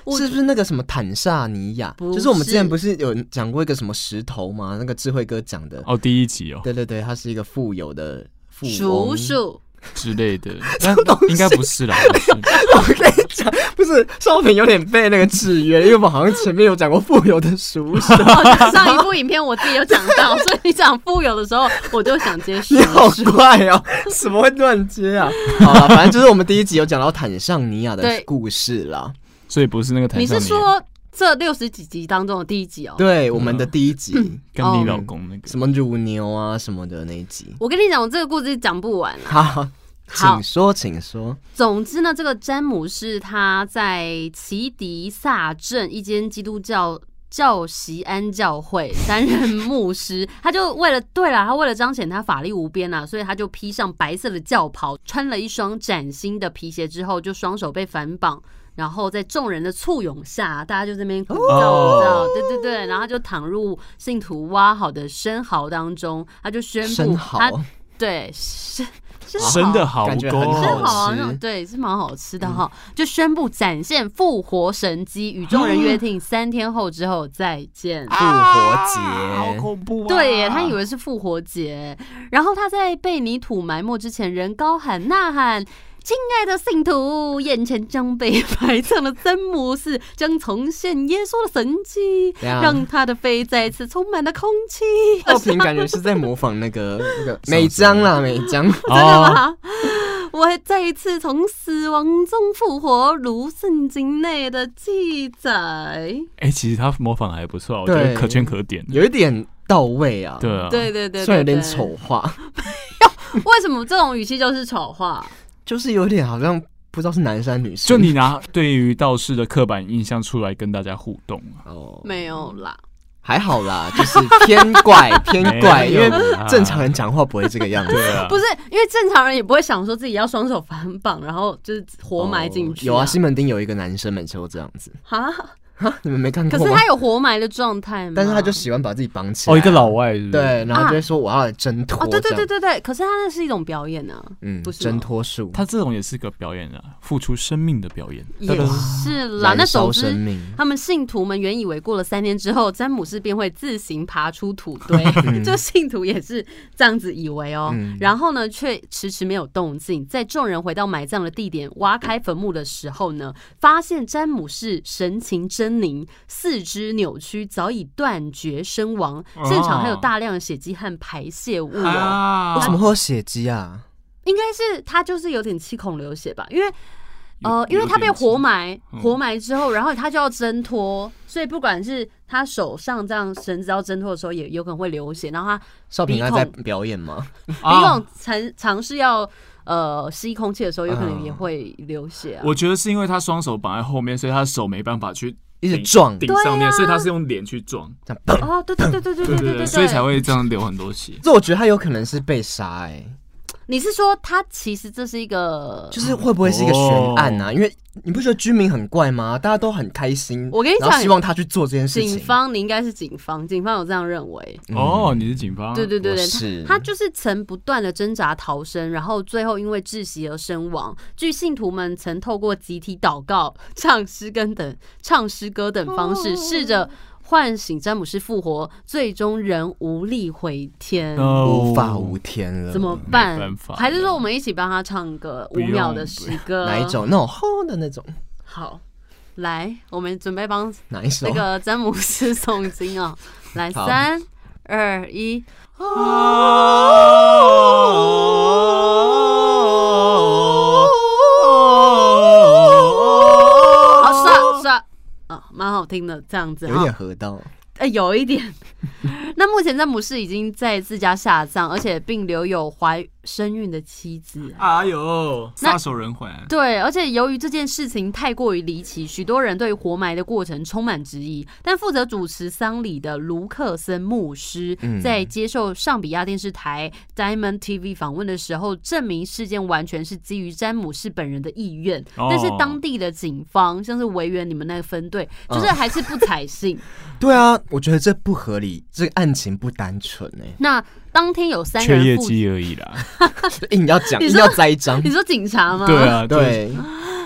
D: 我
C: 是不是那个什么坦萨尼亚？
D: 不
C: 就是我们之前
D: 是
C: 不是有讲过一个什么石头吗？那个智慧哥讲的。
B: 哦，第一集哦
C: 对对对，他是一个富有的富
D: 叔
C: 翁。
D: 叔，
B: 之类的，但应该不是啦。不是
C: 我跟你讲，不是少平有点被那个制约，因为我们好像前面有讲过富有的叔叔。
D: 哦上一部影片我自己有讲到，所以你讲富有的时候，我就想接叔
C: 你好
D: 叔。
C: 怪哦，怎么会乱接啊？好了，反正就是我们第一集有讲到坦桑尼亚的
D: 对
C: 故事啦。
B: 所以不是那个台
D: 你
B: 上
D: 是
B: 面
D: 说这六十几集当中的第一集哦？嗯
C: 对，我们的第一集
B: 跟你老公那个
C: 什么乳牛啊什么的那一集。
D: 我跟你讲，我这个故事讲不完啊。
C: 好，
D: 好
C: 请说，请说。
D: 总之呢，这个詹姆士他在奇迪萨镇一间基督教。教席安教会担任牧师，他就为了对了，他为了彰显他法力无边啊，所以他就披上白色的教袍，穿了一双崭新的皮鞋之后，就双手被反绑，然后在众人的簇拥下，大家就这边
B: 哦
D: 鼓噪鼓噪，对对对，然后他就躺入信徒挖好的生蚝当中，他就宣
C: 生
D: 布
C: 蚝
D: 他对，生
B: 生的好
C: 感觉很
D: 真
B: 够
C: 好
D: 好啊，
C: 吃
D: 那种对是蛮好吃的哈，就宣布展现复活神机，宇宙人约定三天后之后再见。
C: 复活
B: 好
C: 节，
B: 恐怖啊！
D: 对耶，他以为是复活节，然后他在被泥土埋没之前，人高喊呐喊。亲爱的信徒，眼前将被埋葬的真模式将重现耶稣的神迹，
C: 怎样
D: 让他的肺再次充满了空气。
C: 爆品感觉是在模仿那个那 个美章啦，美章。
B: 真
D: 真的？吗？我还再一次从死亡中复活，如圣经内的记载。
B: 哎、其实他模仿还不错，我觉得
C: 对
B: 可圈可点。
C: 有一点到位啊，
B: 对啊，
D: 对对对对
C: 虽然有点
D: 对
C: 丑化，
D: 为什么这种语气就是丑话？
C: 就是有点好像不知道是男生女生。
B: 就你拿对于道士的刻板印象出来跟大家互动啊，
C: 哦，
D: 没有啦，
C: 还好啦，就是偏 怪偏怪，
B: 没
C: 因
B: 有
C: 为
B: 啦
C: 正常人讲话不会这个样子。
B: 对啊，
D: 不是因为正常人也不会想说自己要双手反绑，然后就是活埋进去、
C: 有啊，西门町有一个男生每次都这样子，
D: 啊，
C: 你们没看
D: 可
C: 过
D: 是
C: 吗
D: 他？有活埋的状态吗？
C: 嗯但是他就喜欢把自己绑起来。
B: 哦，一个老外是不是
C: 对，，然后就会说我要来挣脱。
D: 啊哦，对对
C: 这样
D: 对，对对，可是他那是一种表演呢、啊，
C: 嗯，
D: 不是
C: 挣
D: 吗
C: 脱术，
B: 他这种也是个表演啊，付出生命的表演。
D: 也是啦。
C: 燃
D: 那
C: 烧
D: 总
C: 生
D: 之，
C: 命。
D: 他们信徒们原以为过了三天之后，詹姆士便会自行爬出土堆， 就信徒也是这样子以为哦。
C: 嗯
D: 然后呢，却迟迟没有动静。在众人回到埋葬的地点，挖开坟墓的时候呢，发现詹姆士神情狰狞，四肢扭曲，早已断绝身亡。现场还有大量的血迹和排泄物哦，
B: 啊
C: 为什么会有血迹啊？
D: 应该是他就是有点七孔流血吧，因为。呃，因
B: 有
D: 为他被
B: 有点
D: 活埋，
B: 嗯
D: 活埋之后，然后他就要挣脱，所以不管是他手上这样绳子要挣脱的时候，也有可能会流血，然后他
C: 少平他在
D: 鼻
C: 表演吗？
D: 鼻
B: 啊
D: 孔尝尝试要呃吸空气的时候，有可能也会流血啊。
B: 啊我觉得是因为他双手绑在后面，所以他手没办法去
C: 一直撞，
B: 顶上面，所以他是用脸去撞，
C: 这样砰
D: 哦，对对对对
B: 对
D: 对对对
B: 对
D: 对，
B: 对，所以才。会这样流很多血。
C: 这我觉得他有可能是被杀哎、
D: 你是说他其实这是一个？
C: 就是会不会是一个悬案啊？因为你不觉得居民很怪吗？大家都很开心，
D: 我跟你讲
C: 然后希望他去做这件事情。
D: 警方，你应该是警方，警方有这样认为。
C: 嗯
B: 哦，你是警方？
D: 对对对
C: 我是
D: 对，他他就是曾不断的挣扎逃生，然后最后因为窒息而身亡。据信徒们曾透过集体祷告、唱诗跟等唱诗歌等方
B: 哦
D: 式，试着唤醒詹姆斯复活，最终仍无力回天。
B: No，
C: 无法无天了，
D: 怎么办？
B: 哦没办法
D: 还是说我们一起帮他唱个五
B: 不用
D: 秒的诗歌？
C: 哪一？种那种吼的那种
D: 好，来，我们准备帮
C: 哪一首？
D: 那个詹姆斯 诵经哦。来，
C: 好
D: 三二一，哦好刷刷，啊，蛮好听的，这样子
C: 哦有
D: 哈
C: 点。合到，
D: 哎，有一点。 那目前詹姆斯已经在自家下葬，而且并留有怀身孕的妻子。
B: 哎呦，
D: 那
B: 撒手人寰。
D: 对，而且由于这件事情太过于离奇，许多人对活埋的过程充满质疑。但负责主持丧礼的卢克森牧师
C: 嗯
D: 在接受上比亚电视台 Diamond TV 访问的时候，证明事件完全是基于詹姆士本人的意愿。
B: 哦
D: 但是当地的警方，像是维园你们那个分队，就是
B: 嗯
D: 还是不采信。
C: 对啊，我觉得这不合理，这个案情不单纯哎、
D: 那当天有三个
B: 缺业
D: 人负责。
B: 绩而已啦，
C: 硬要讲，
D: 你
C: 硬
D: 说
C: 要栽赃
D: 你，说警察吗？
B: 对啊，就是，
C: 对，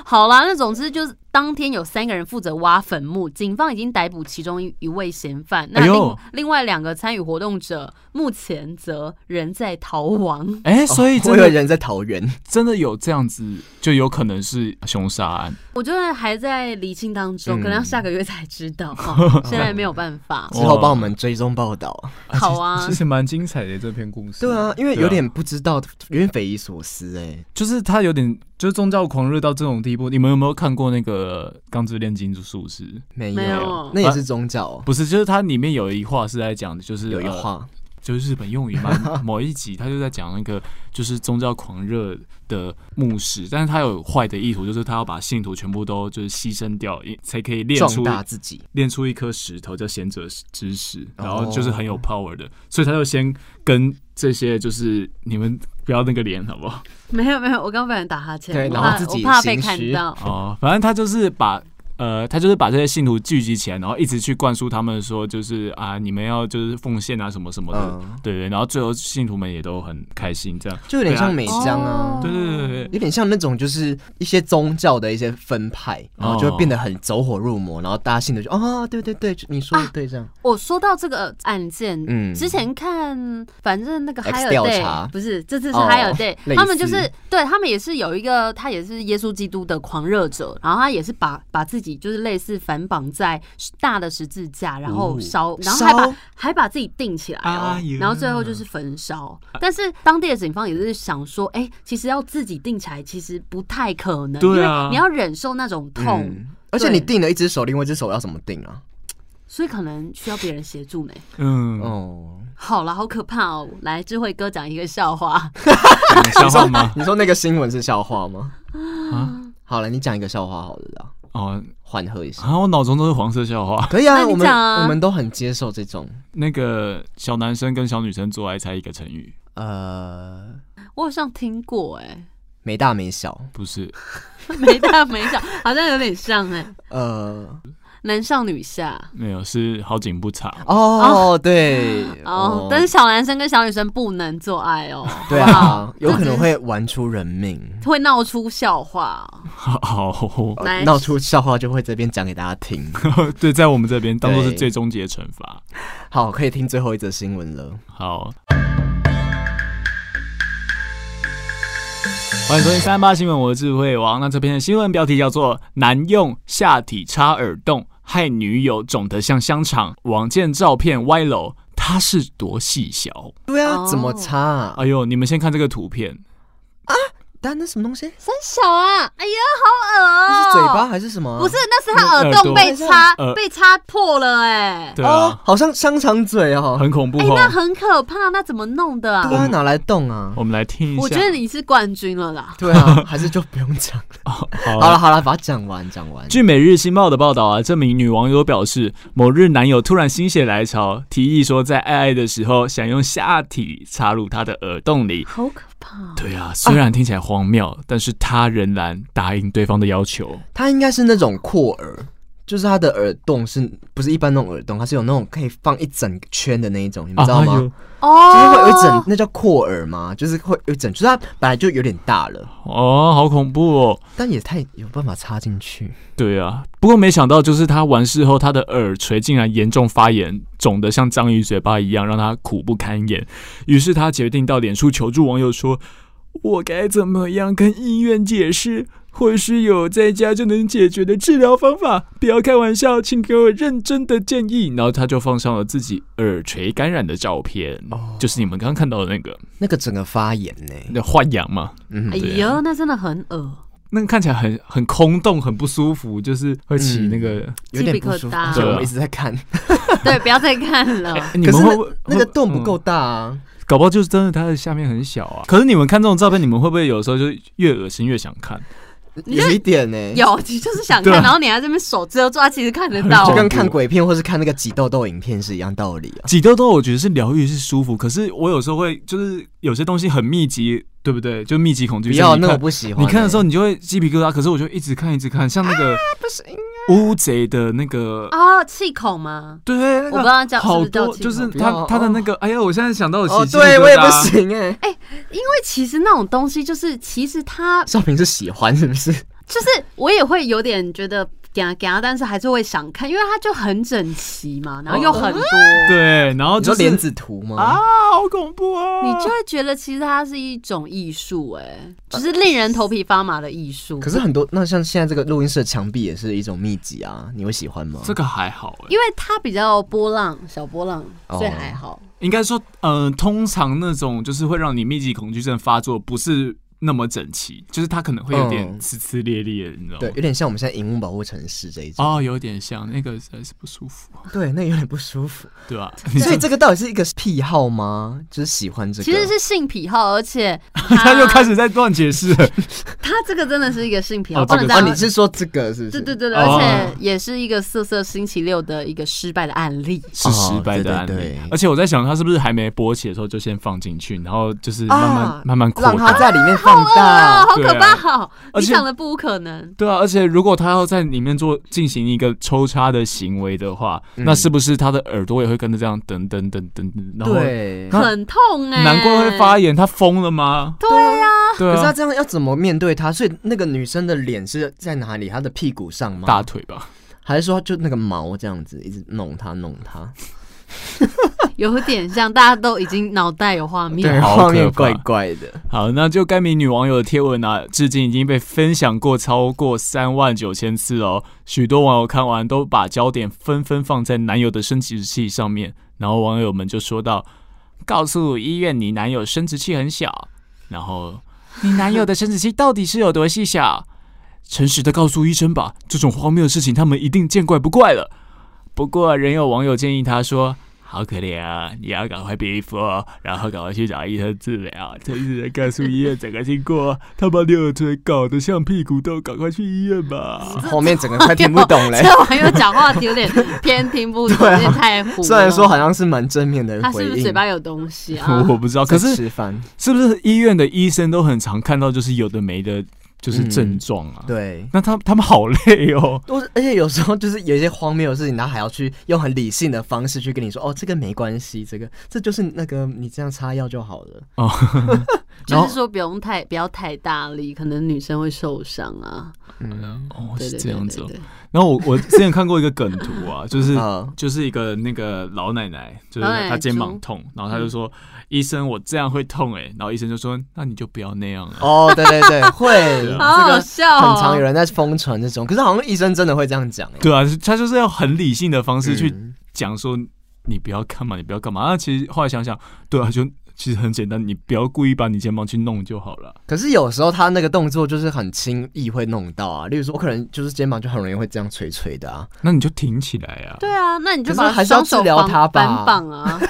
D: 好啦，那总之就是当天有三个人负责挖坟墓，警方已经逮捕其中一一位嫌犯，那
B: 哎呦
D: 另、另外两个参与活动者目前则仍在逃亡。
B: 哎，所以
C: 哦我
B: 真
C: 有
B: 的
C: 人在桃园，
B: 真的有这样子，就有可能是凶杀案。
D: 我觉得还在厘清当
C: 嗯
D: 中，可能要下个月才知 道，哈现在没有办法。
C: 之后帮我们追踪报道。
D: 好啊
B: 其实蛮精彩的这篇故事。
C: 对啊，因为
B: 对啊
C: 有点不知道，有点匪夷所思哎、
B: 就是他有点就是宗教狂热到这种地步。你们有没有看过那个《钢之炼金术师》？
C: 没有，
D: 没有
C: 那也是宗教、哦。
B: 不是，就是它里面有一话是在讲的，就是
C: 有一
B: 呃
C: 话，
B: 就是日本用语嘛。某一集他就在讲那个就是宗教狂热的牧师，但是他有坏的意图，就是他要把信徒全部都就是牺牲掉，也才可以练
C: 壮
B: 出
C: 大自己，
B: 练出一颗石头叫贤者之石，
C: 哦
B: 然后就是很有 power 的，所以他就先跟这些就是你们不要那个脸好不好？
D: 没有没有，我刚不小心打哈欠，
C: 对
D: 我
C: 然
D: 怕
C: 后自己
D: 我怕被
C: 心
D: 看
C: 虚
D: 到。
B: 哦，反正他就是把呃，他就是把这些信徒聚集起来，然后一直去灌输他们说，就是啊，你们要就是奉献啊，什么什么的，
C: 嗯，
B: 对对。然后最后信徒们也都很开心，这样，
C: 就有点像美
B: 对
C: 江
D: 哦
C: 啊。
B: 对对对对对
C: 有点像那种就是一些宗教的一些分派，然后就会变得很走火入魔，然后大家信的就哦，对对对，你
D: 啊
C: 说的对，这样、
D: 我说到这个案件，
C: 嗯
D: 之前看，反正那个
C: X
D: 海尔
C: 调查
D: day 不是，这次是
C: 哦
D: 海尔 day，、
C: 类似
D: 他们就是对他们也是有一个，他也是耶稣基督的狂热者，然后他也是把把自己就是类似反绑在大的十字架，然后烧，然后还
C: 哦烧
D: 把还把自己钉起来哦
B: 哎，呀
D: 然后最后就是焚烧。但是当地的警方也是想说，哎、其实要自己钉起来其实不太可能，
B: 对啊
D: 因为你要忍受那种痛，
C: 嗯。而且你定了一只手，另外一只手要怎么定啊？
D: 所以可能需要别人协助呢。
B: 嗯，
C: 哦，
D: 好了，好可怕哦！来，智慧哥讲一个笑话。
B: 消化吗？
C: 你说那个新闻是笑话吗？
B: 啊，
C: 好了，你讲一个笑话好了啦，
B: 哦，
C: 缓和一下。
B: 好像我脑中都是黄色笑话。
C: 可以啊，
D: 那你
C: 我们
D: 讲啊
C: 我们都很接受这种
B: 那个小男生跟小女生做爱猜一个成语，
C: 呃
D: 我好像听过哎、
C: 没大没小，
B: 不是？
D: 没大没小，好像有点像哎、
C: 呃
D: 男上女下
B: 没有，是好景不长。
C: 哦对
D: 哦。但是小男生跟小女生不能做爱哦，
C: 对
D: 哇
C: 啊，有可能会玩出人命。
D: 会闹出笑话哦、
B: 好，
D: 来
C: 哦闹出笑话就会这边讲给大家听。
B: 对，在我们这边当做是
C: 对
B: 最终极的惩罚。
C: 好，可以听最后一则新闻了。
B: 好。欢迎收听三八新闻，我是智慧王。那这篇的新闻标题叫做“男用下体插耳洞害女友肿得像香肠，网见照片歪楼，他是多细小
C: 对
D: 哦
C: 啊，怎么擦啊？”？
B: 哎呦，你们先看这个图片，
C: 但那什么东西？
D: 真小啊！哎呀，好恶
C: 那
D: 哦、
C: 是嘴巴还是什么啊？
D: 不是，那是他耳洞被插
B: 嗯耳朵呃
D: 被插破了哎、
B: 对
C: 哦
B: 啊，，
C: 好像香肠嘴哦。
B: 很恐怖
D: 哎、
B: 哦。
D: 那很可怕，那怎么弄的
C: 对
D: 啊？
C: 啊，拿来动啊
B: 我？们来听一下。
D: 我觉得你是冠军了啦。
C: 对啊，还是就不用讲了。
B: 好
C: 好了好了，把它讲完讲完。
B: 据《每日新报》的报道啊，这名女网友表示，某日男友突然心血来潮，提议说在爱爱的时候想用下体插入她的耳洞里。
D: 好可怕、哦！
B: 对啊，虽然听起来荒谬，但是她仍然答应对方的要求。
C: 它应该是那种扩耳，就是它的耳洞是不是一般那种耳洞？它是有那种可以放一整圈的那一种，你们知道吗？
B: 哎呦
D: 哦
C: 就是会有一整，那叫扩耳吗？就是会有一整，就是它本来就有点大了，
B: 哦，好恐怖哦！
C: 但也太有办法插进去。
B: 对啊，不过没想到，就是她完事后，她的耳垂竟然严重发炎，肿得像章鱼嘴巴一样，让她苦不堪言。于是她决定到脸书求助网友说：“我该怎么样跟医院解释？或是有在家就能解决的治疗方法？不要开玩笑，请给我认真的建议。”然后她就放上了自己耳垂感染的照片，
C: 哦
B: 就是你们刚刚看到的那个
C: 那个整个发炎呢、
B: 那换痒嘛。
C: 嗯
D: 哎，呦，那真的很恶。
B: 那个看起来很很空洞，很不舒服，就是会起那个。
C: 有点不舒
D: 鸡皮疙
C: 服，
D: 瘩
C: 而且我
B: 对啊
C: 们一直在看，
D: 对，不要再看了。
B: 哎啊你
C: 可
B: 们
C: 是
B: 会不会嗯
C: 那那个洞不够大啊。
B: 搞不好就是真的，它的下面很小啊。可是你们看这种照片，你们会不会有时候就越恶心越想看？
D: 你就
C: 有一点呢、
D: 有，你就是想
B: 对啊
D: 看，然后你还这边手遮住，他其实看得到
C: 就。跟
B: 恐怖
C: 看鬼片或是看那个挤痘痘影片是一样道理啊。
B: 挤痘痘我觉得是疗愈是舒服，可是我有时候会就是有些东西很密集，对不对？就密集恐惧
C: 不
B: 症。
C: 要，
B: 你
C: 那
B: 看
C: 我不喜欢欸、啊
B: 你看的时候你就会鸡皮疙瘩，可是我就一直看一直看，像那个
C: 不行，
B: 乌贼的那个。
D: 啊，气孔吗？
B: 对，那
D: 我不
B: 个
D: 知道叫是不
B: 好
D: 是叫
B: 多
D: 气孔，
B: 就是
C: 不
B: 他
C: 要
B: 他的那个，哎呀，我现在想到我
C: 哦，
B: 起鸡皮
C: 对
B: 疙瘩
C: 我也不行哎、
D: 因为其实那种东西就是，其实它
C: 少平是喜欢是不是？
D: 就是我也会有点觉得嗲嗲，但是还是会想看，因为它就很整齐嘛，然后又很多，
B: 对，然后
C: 你
B: 就
C: 说
B: 是
C: 莲子图
B: 啊
C: 吗？，
B: 好恐怖啊！
D: 你就会觉得其实它是一种艺术，哎，就是令人头皮发麻的艺术。
C: 可是很多那像现在这个录音室的墙壁也是一种秘籍啊，你会喜欢吗？
B: 这个还好哎、
D: 因为它比较波浪，小波浪，
C: 哦
D: 所以还好。
B: 应该说，嗯、通常那种就是会让你密集恐惧症发作，不是那么整齐，就是它可能会有点
C: 嗯
B: 撕撕裂裂，你知道
C: 对，
B: 吗？
C: 有点像我们现在荧幕保护城市这一种。
B: 哦，有点像那个实在是不舒服，
C: 对，那有点不舒服。
B: 哦对 吧、
C: 所以这个到底是一个癖好吗？就是喜欢这个？
D: 其实是性癖好，而且
B: 他
D: 它
B: 啊又开始在乱解释了。
D: 他这个真的是一个性癖好，
B: 哦
D: 不能
B: 这
D: 这
B: 个
C: 哦，
D: 样。
C: 你是说这个是不
D: 对
C: 是？
D: 对对，对
B: 哦
D: 而且也是一个色色星期六的一个失败的案例。
B: 是失败的案例，
C: 哦 对对对
B: 而且我在想，他是不是还没勃起的时候就先放进去，然后就是慢慢、
C: 啊
B: 慢慢扩
C: 让他
B: 大？
C: 在里面发长大
D: 啊，。好
B: 对
D: 可
B: 啊
D: 怕哦！
B: 而
D: 你
B: 且
D: 想的不可能，
B: 对啊，而且如果他要在里面做进行一个抽插的行为的话，
C: 嗯
B: 那是不是他的耳朵也会跟着这样噔噔噔噔噔？然后
C: 对，
B: 啊
D: 很痛哎，
B: 难怪会发炎，他疯了吗？
D: 对啊，
B: 对
C: 可是他
B: 啊，
C: 这样要怎么面对他？所以那个女生的脸是在哪里？她的屁股上吗？
B: 大腿吧，
C: 还是说就那个毛这样子一直弄她弄她？
D: 有点像，大家都已经脑袋有画面。
C: 对，
B: 好
C: 画面
B: 可怕
C: 怪怪的。
B: 好，那就该名女网友的贴文啊，至今已经被分享过超过三万九千次哦。许多网友看完都把焦点纷纷放在男友的生殖器上面，然后网友们就说到：“告诉医院你男友生殖器很小，然后你男友的生殖器到底是有多细小？诚实的告诉医生吧，这种荒谬的事情他们一定见怪不怪了。”不过，仍有网友建议他说：“好可怜啊，你要赶快别衣服哦，然后赶快去找医生治疗。诚实的告诉医院整个经过，他把你耳垂搞得像屁股洞，赶快去医院吧。
C: 后面整个快听不懂嘞
D: 这。网友讲话有点偏听不懂，
C: 对啊
D: 有点太糊了。
C: 虽然说好像是蛮正面的
D: 他
C: 回
D: 是不是
C: 应
D: 嘴，巴有东西啊？
B: 我不知道，可
C: 在
B: 是
C: 吃饭
B: 是不是医院的医生都很常看到，就是有的没的，就是症状啊？，
C: 对。
B: 那他他们好累哦。
C: 都是，而且有时候就是有一些荒谬的事情，他还要去用很理性的方式去跟你说，哦，这个没关系，这个这就是那个你这样擦药就好了。
B: 然
D: 就
B: 后
D: 是说不用太不要太大力，可能女生会受伤啊。
C: 嗯
B: 哦，
D: 对
B: 是
D: 对
B: 这
D: 对
B: 样
D: 对
B: 子哦。
D: 对，
B: 然后我我之前看过一个梗图 啊，就是
C: 啊，
B: 就是一个那个老奶奶，就是
D: 老奶奶
B: 她肩膀
D: 猪嗯
B: 痛，然后她就说：“医生，我这样会痛哎、欸。”然后医生就说：“那你就不要那样啊了。
C: 哦，对对对，会， 这
D: 好好
C: 个
D: 笑哦。
C: 很常有人在疯传这种，可是好像医生真的会这样讲、欸，
B: 对啊，他就是要很理性的方式去
C: 嗯
B: 讲说：“你不要干嘛，你不要干嘛。”那其实后来想想，对啊，就其实很简单，你不要故意把你肩膀去弄就好了。
C: 可是有时候他那个动作就是很轻易会弄到啊，例如说我可能就是肩膀就很容易会这样垂垂的啊，
B: 那你就挺起来啊。
D: 对啊，那你就
C: 可是
D: 把
C: 还是要
D: 双手
C: 治疗
D: 绑
C: 它吧
D: 反绑啊，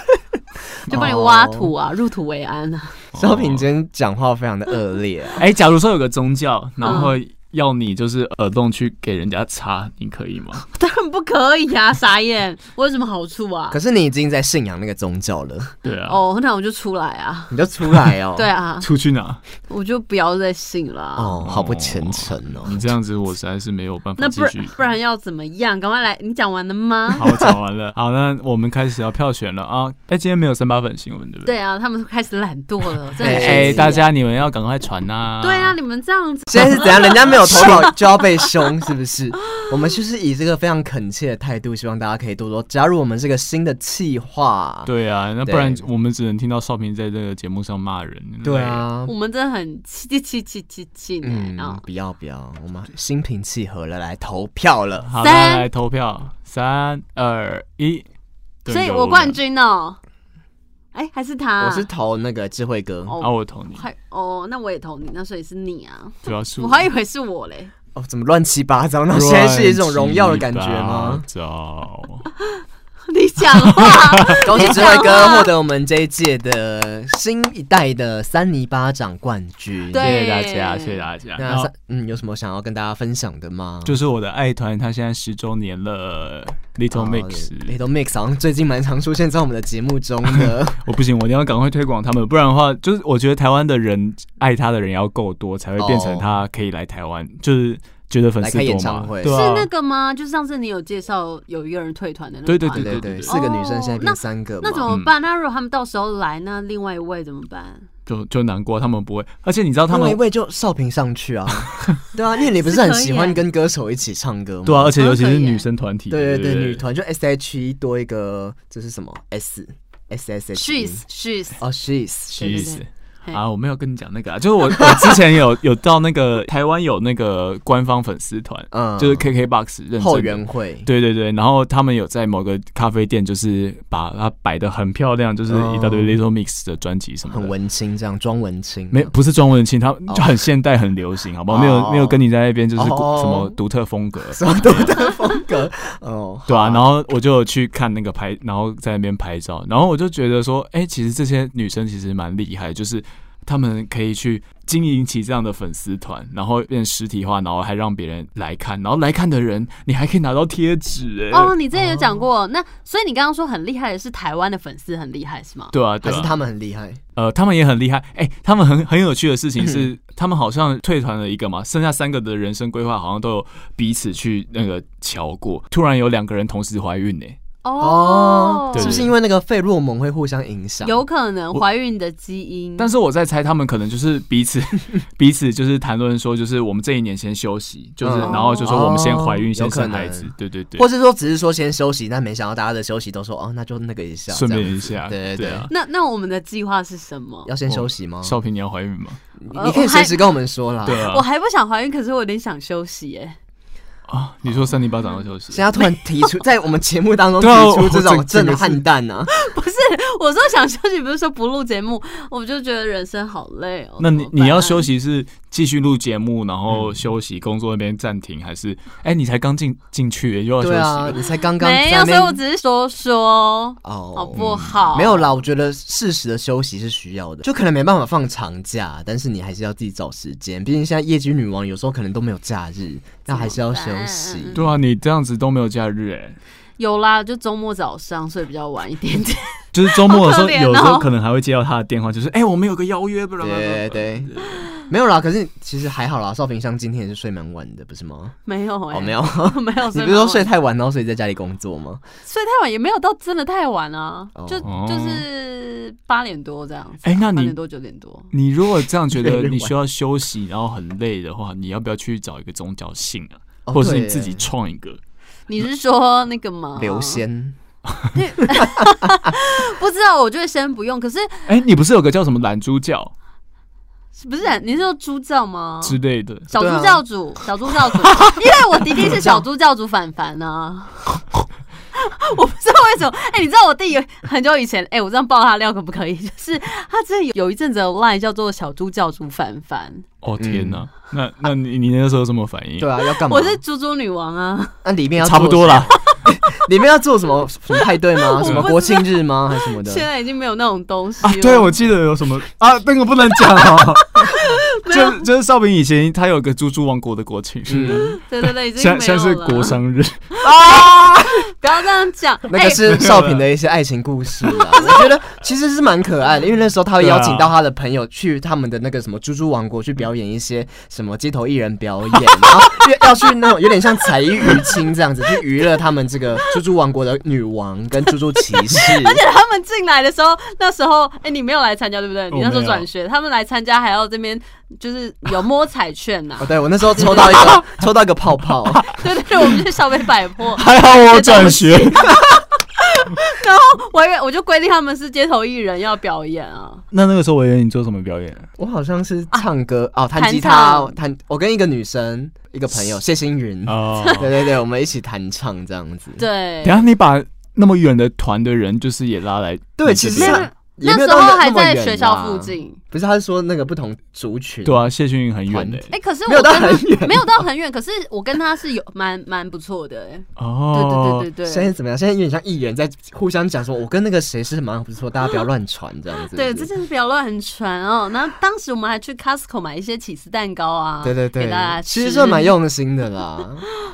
D: 就帮你挖土啊，入土为安啊。
C: 小品今天讲话非常的恶劣啊，
B: 哎、假如说有个宗教，然后
D: 嗯
B: 要你就是耳洞去给人家擦，你可以 吗？
D: 当然不可以啊，傻眼！我有什么好处啊
C: 可？是你已经在信仰那个宗教了，
B: 对啊。
D: 哦，那我就出来啊。，
C: 你就出来哦
D: 对，啊，
B: 出去哪？
D: 我就不要再信了啊。
C: 哦，好不虔诚哦，
B: 你这样子，我实在是没有办法
D: 那
B: 继
D: 不然
B: 续。
D: 不然要怎么样？赶快来，你讲完了吗？
B: 好，我讲完了。 好，那我们开始要票选了啊！哎、今天没有三八粉新闻，对不对？
D: 对啊，他们开始懒惰了，真的
B: 哎
D: 很
B: 哎、
D: 生气
B: 大。家你们要赶快传呐、
D: 对啊，，你们这样子，
C: 现在是怎样？人家没有投稿就要被凶，是不是？我们就是以这个非常恳切的态度，希望大家可以多多加入我们这个新的企划。
B: 对啊，那
C: 对
B: 不然我们只能听到少平在这个节目上骂人。
C: 对，啊
D: 我，们真的很气气气气气气呢
C: 嗯
D: 啊，！
C: 不要不要，我们心平气和了来投票了。
B: 好，大
D: 三
B: 家来投票，三二一。
D: 所以我冠军哦。哎，还是他，
C: 我是投那个智慧哥
B: 啊，
D: 哦，
B: 我投你，
D: 快哦，那我也投你，那所以是你啊，
B: 主要是
D: 我还以为是我嘞。
C: 哦，怎么乱七八糟？那现在是一种荣耀的感觉吗？？
B: 糟，
D: 你 讲
B: 啊
D: 话，
C: 恭喜智慧哥获得我们这一届的新一代的三尼巴掌冠军。
D: 对
B: 谢谢大家，谢谢大家。
C: 那
B: 啊然后
C: 三嗯，有什么想要跟大家分享的吗？
B: 就是我的爱团，他现在十周年了，Little Mix。
C: 哦 Little Mix 好像最近蛮常出现在我们的节目中 的。
B: 我不行，我一定要赶快推广他们，不然的话，就是我觉得台湾的人爱他的人要够多，才会变成他可以来台湾，就是觉得粉丝
C: 哦来开
B: 多
C: 演唱
B: 嘛。
C: 会
B: 对
D: 是
B: 啊，
D: 那个吗？就是上次你有介绍有一个人退团的那个
B: 对对嗯
D: 团
C: 对
D: 吗
C: 对对，四个女生现在变三个嘛，
D: 哦那怎么办？那如果他们到时候来，那另外一位怎么办？
B: 就就难过，他们不会。而且你知道他
C: 他们一
B: 们
C: 位就少平上 去啊？对啊，因为你不是很喜欢跟歌手一起唱歌吗？
B: 对啊，而且
D: 好像
B: 尤其
D: 可
B: 是
D: 以耶
B: 女生团体，
C: 对对
B: 对
C: 对，女。团就 S H E 多一个，这是什么 S S S H E
D: She's she's
C: 哦，She's
B: 其实
D: 对对
B: 啊，我没有跟你讲那个啊，就是我我之前有 有到那个台湾有那个官方粉丝团，
C: 嗯
B: 就是 KKBOX 认证的
C: 后援会，
B: 对对对，然后他们有在某个咖啡店，就是把它摆的很漂亮，就是一大堆
C: 哦
B: Little Mix 的专辑什么的
C: 很，文青这样，装文青，
B: 啊 没不是庄文清，他就很现代、很流行，好不好？没有
C: 哦
B: 没有跟你在那边就是什
C: 哦
B: 么独特风格，
C: 什么独特风格哦，
B: 对啊。然后我就有去看那个拍，然后在那边拍照，然后我就觉得说，哎，其实这些女生其实蛮厉害，就是他们可以去经营起这样的粉丝团，然后变实体化，然后还让别人来看，然后来看的人，你还可以拿到贴纸哎。
D: 哦，你之前有讲过，那所以你刚刚说很厉害的是台湾的粉丝很厉害是吗？
B: 对啊，对
C: 还
B: 啊
C: 是他们很厉害？
B: 呃，他们也很厉害。哎、他们很很有趣的事情 是，他们好像退团了一个嘛，剩下三个的人生规划好像都有彼此去那个瞧过。突然有两个人同时怀孕呢、
D: 哦，
B: 对
C: 是不是因为那个费洛蒙会互相影响？
D: 有可能
B: 我
D: 怀孕的基
C: 嗯
D: 因，
B: 但是我在猜，他们可能就是彼此 彼此就是谈论说，就是我们这一年先休息，就是、
C: 嗯
B: 然后就说我们先怀孕，
C: 哦
B: 先
C: 有可
B: 生
C: 能
B: 孩子，对对对
C: 或，是说只是说先休息，但没想到大家的休息都说哦，那就那个一下，
B: 顺
C: 这
B: 便
C: 样
B: 一
C: 子
B: 下，
C: 对
B: 对
C: 对嗯
B: 啊。
D: 那那我们的计划是什么？
C: 要先休息吗？
B: 少平，你要怀孕吗？
C: 你
D: 呃
C: 你可以
D: 我还
C: 随时跟我们说啦。
B: 对啊
D: 我，还不想怀孕，可是我有点想休息耶。
B: 啊，你说三零八掌要休息
C: 现，在突然提出，在我们节 目当中提
B: 对啊
C: 出
B: 我
C: 这
B: 我
C: 种
B: 这
C: 震撼弹啊，
D: 我说想休息，不是说不录节目，我就觉得人生好累哦。
B: 那你
D: 怎么办
B: 你要休息是继续录节目，然后休息，工作那边暂停，还是哎、你才刚进进去又要休息
C: 嗯对啊，
B: 了？
C: 你才刚刚在
D: 没有，
C: 那
D: 所
C: 边
D: 以我只是说说，好
C: 哦。
D: 不好？
C: 没有啦，我觉得适时的休息是需要的，就可能没办法放长假，但是你还是要自己找时间。毕竟现在业绩女王有时候可能都没有假日，那还是要休息。
B: 对啊，你这样子都没有假日哎、
D: 有啦，就周末早上睡比较晚一点 点。
B: 就是周末的时候，
D: 好可怜哦
B: 有时候可能还会接到他的电话，就是哎、我们有个邀约，不然
C: 对对，没有啦。可是其实还好啦，少平像今天也是睡蛮晚的，不是吗？
D: 没有哎、
C: 哦，没有，
D: 没有，
C: 你不是说睡
D: 太
C: 太晚，然后所以在家里工作吗？
D: 睡太晚也没有到真的太晚啊，
C: 哦
D: 就就是八点多这样子啊。
B: 哎那你
D: 八点多九点多？
B: 你如果这样 觉
C: 没
B: 得
C: 人
B: 你需要休息，然后很累的话，你要不要去找一个宗教信啊，
C: 哦
B: 或者是
C: 对
B: 你自己创一个？
D: 你是说那个吗？
C: 流仙
D: 不知道，我觉得先不用。可是
B: 哎、你不是有个叫什么懒猪教
C: 哦
D: 不是你是说猪教吗？
B: 之类的？
D: 小
C: 对
D: 猪
C: 啊
D: 教主，小猪 教主，因为我弟弟是小猪教主凡凡啊。 我不知道为什么，哎、你知道我弟有很久以前，哎、我这样爆他料可不可以？ 就是他之前有一阵子的 line 叫做小猪教主凡凡，
B: 哦天哪，那那你你那时候有什么反应？
C: 嗯对啊，要干嘛？
D: 我是猪猪女王啊，
C: 那里面要
B: 差不多
C: 了，
B: 啦，
C: 里面要做什么什么派对 吗？
D: 知道
C: 什么国庆日吗？还是什么
D: 现
C: 的？
D: 在已经没有那种东西了。
B: 啊，对，我记得有什么啊，那个不能讲 哦。就就是少平以前他有个猪猪王国的国庆日，
C: 嗯，
D: 对对对，已经
B: 现在
D: 没
B: 现
D: 有
B: 在是
D: 了
B: 国商 日，
D: 不要这样讲，
C: 那个
D: 哎
C: 是少平的一些爱情故事 啦。我觉得其实是蛮可爱的，因为那时候他会邀请到他的朋友去他们的那个什么猪猪王国去表演一些什么街头艺人表演， 然后要要去那种有点像才艺娱亲这样子去娱乐他们这个猪猪王国的女王跟猪猪骑 士。
D: 而且他们进来的时候，那时候哎、你没有来参加对不对？你那时
B: 没
D: 候
B: 有
D: 转学，他们来参加还要这边就是有摸彩券呐、
C: 哦，对我那时候抽到一个抽到一个泡泡，
D: 对对对，我们去小北百货，
B: 还好我转学。
D: 我以为我就规定他们是街头艺人要表演啊，
B: 那那个时候，我以为你做什么表演？
C: 我好像是唱歌哦，弹吉
D: 弹
C: 他
D: 唱，
C: 弹我跟一个女生一个朋友谢欣云，
B: 哦，
C: 对对对，我们一起弹唱这样子。
D: 对
B: 等一。下你把那么远的团的人，就是也拉来
C: 对，
B: 你
C: 其
B: 这
C: 实
B: 边
D: 没有
C: 也
D: 那
C: 没有
D: 时
C: 到
D: 候
C: 那
D: 还
C: 么
D: 在
C: 远
D: 学校
C: 啦
D: 附，近，
C: 不是？他是说那个不同族群，
B: 对啊，谢逊云很远的
C: 团
D: 哎、可是
C: 没有
D: 我
C: 到
D: 跟
C: 很
D: 他
C: 远
D: 没有到很远，可是我跟他是有蛮蛮不错的、哎
B: 哦，
D: 对对对对
C: 现在
D: 对。
C: 怎么样？现在有点像艺人在互相讲说，我跟那个谁是蛮不错，大家不要乱传这样子。
D: 对，这真是不要乱传哦。那当时我们还去 Costco 买一些起司蛋糕啊，
C: 对对对
D: 给大家，吃。
C: 其实是蛮用心的啦。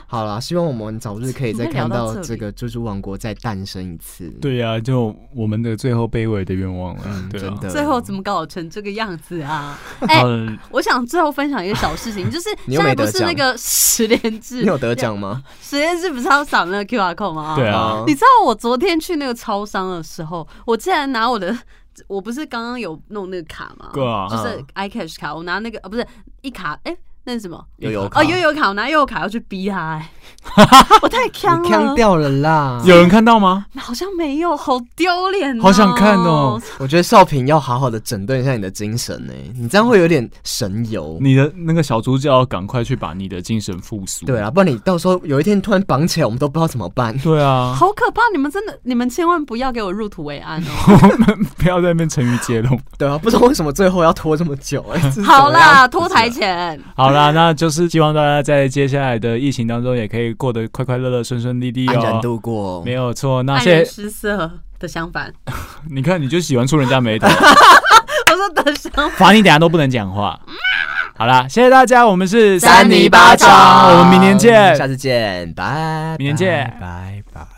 C: 好啦，希望我们早日可以再看
D: 怎么会聊
C: 到
D: 到这里
C: 这个猪猪王国再诞生一次。
B: 对呀、就我们的最后卑微的愿望了，
C: 嗯，
B: 对
C: 真
B: 啊。
C: 的。
D: 最后怎么搞成这个样子 啊？哎、
B: 嗯，
D: 我想最后分享一个小事情，就是
C: 你又
D: 现
C: 没
D: 在
C: 得
D: 不
C: 奖
D: 是那个十连制
C: 你，有得奖吗？
D: 十连制不是要扫那个 QR code 吗？
B: 对啊
C: 啊
D: 你知道我昨天去那个超商的时候，我竟然拿我的， 我不是刚刚有弄那个卡吗？
B: 对啊
D: 就是 iCash 卡，我拿那个呃不是一卡，哎、那是什么？
C: 有有
D: 哦，悠悠卡，我拿悠悠卡要去逼 他、哎，我太坑
C: 你腔
D: 了，
C: 掉了啦。
B: 有人看到吗？
D: 好像没有，好丢脸、
B: 好想看哦。
C: 我觉得少平要好好的整顿一下你的精神呢、你这样会有点神游。
B: 你的那个小猪就要赶快去把你的精神复苏。
C: 对，啊，不然你到时候有一天突然绑起来，我们都不知道怎么办。
B: 对啊，
D: 好可怕！你们真的，你们千万不要给我入土为 安哦。
B: 不要在那边成语接 龙。
C: 对啊，不知道为什么最后要拖这么久、哎，这是
D: 好
C: 怎么样，
B: 啊
D: 啦，脱台前，
B: 好啦，那就是希望大家在接下来的疫情当中，也可以过得快快乐乐、顺顺利利
C: 安然
B: 哦。
C: 度过
B: 没。有错，那
D: 爱
B: 啊谢
D: 人失色的相反，
B: 你看，你就喜欢出人家眉头。
D: 我说说的什么？
B: 罚你等下都不能讲话。好啦，谢谢大家，我们是
D: 三尼巴掌
B: 我们明年见，
C: 下次见，拜，
B: 明年见
C: 拜拜。拜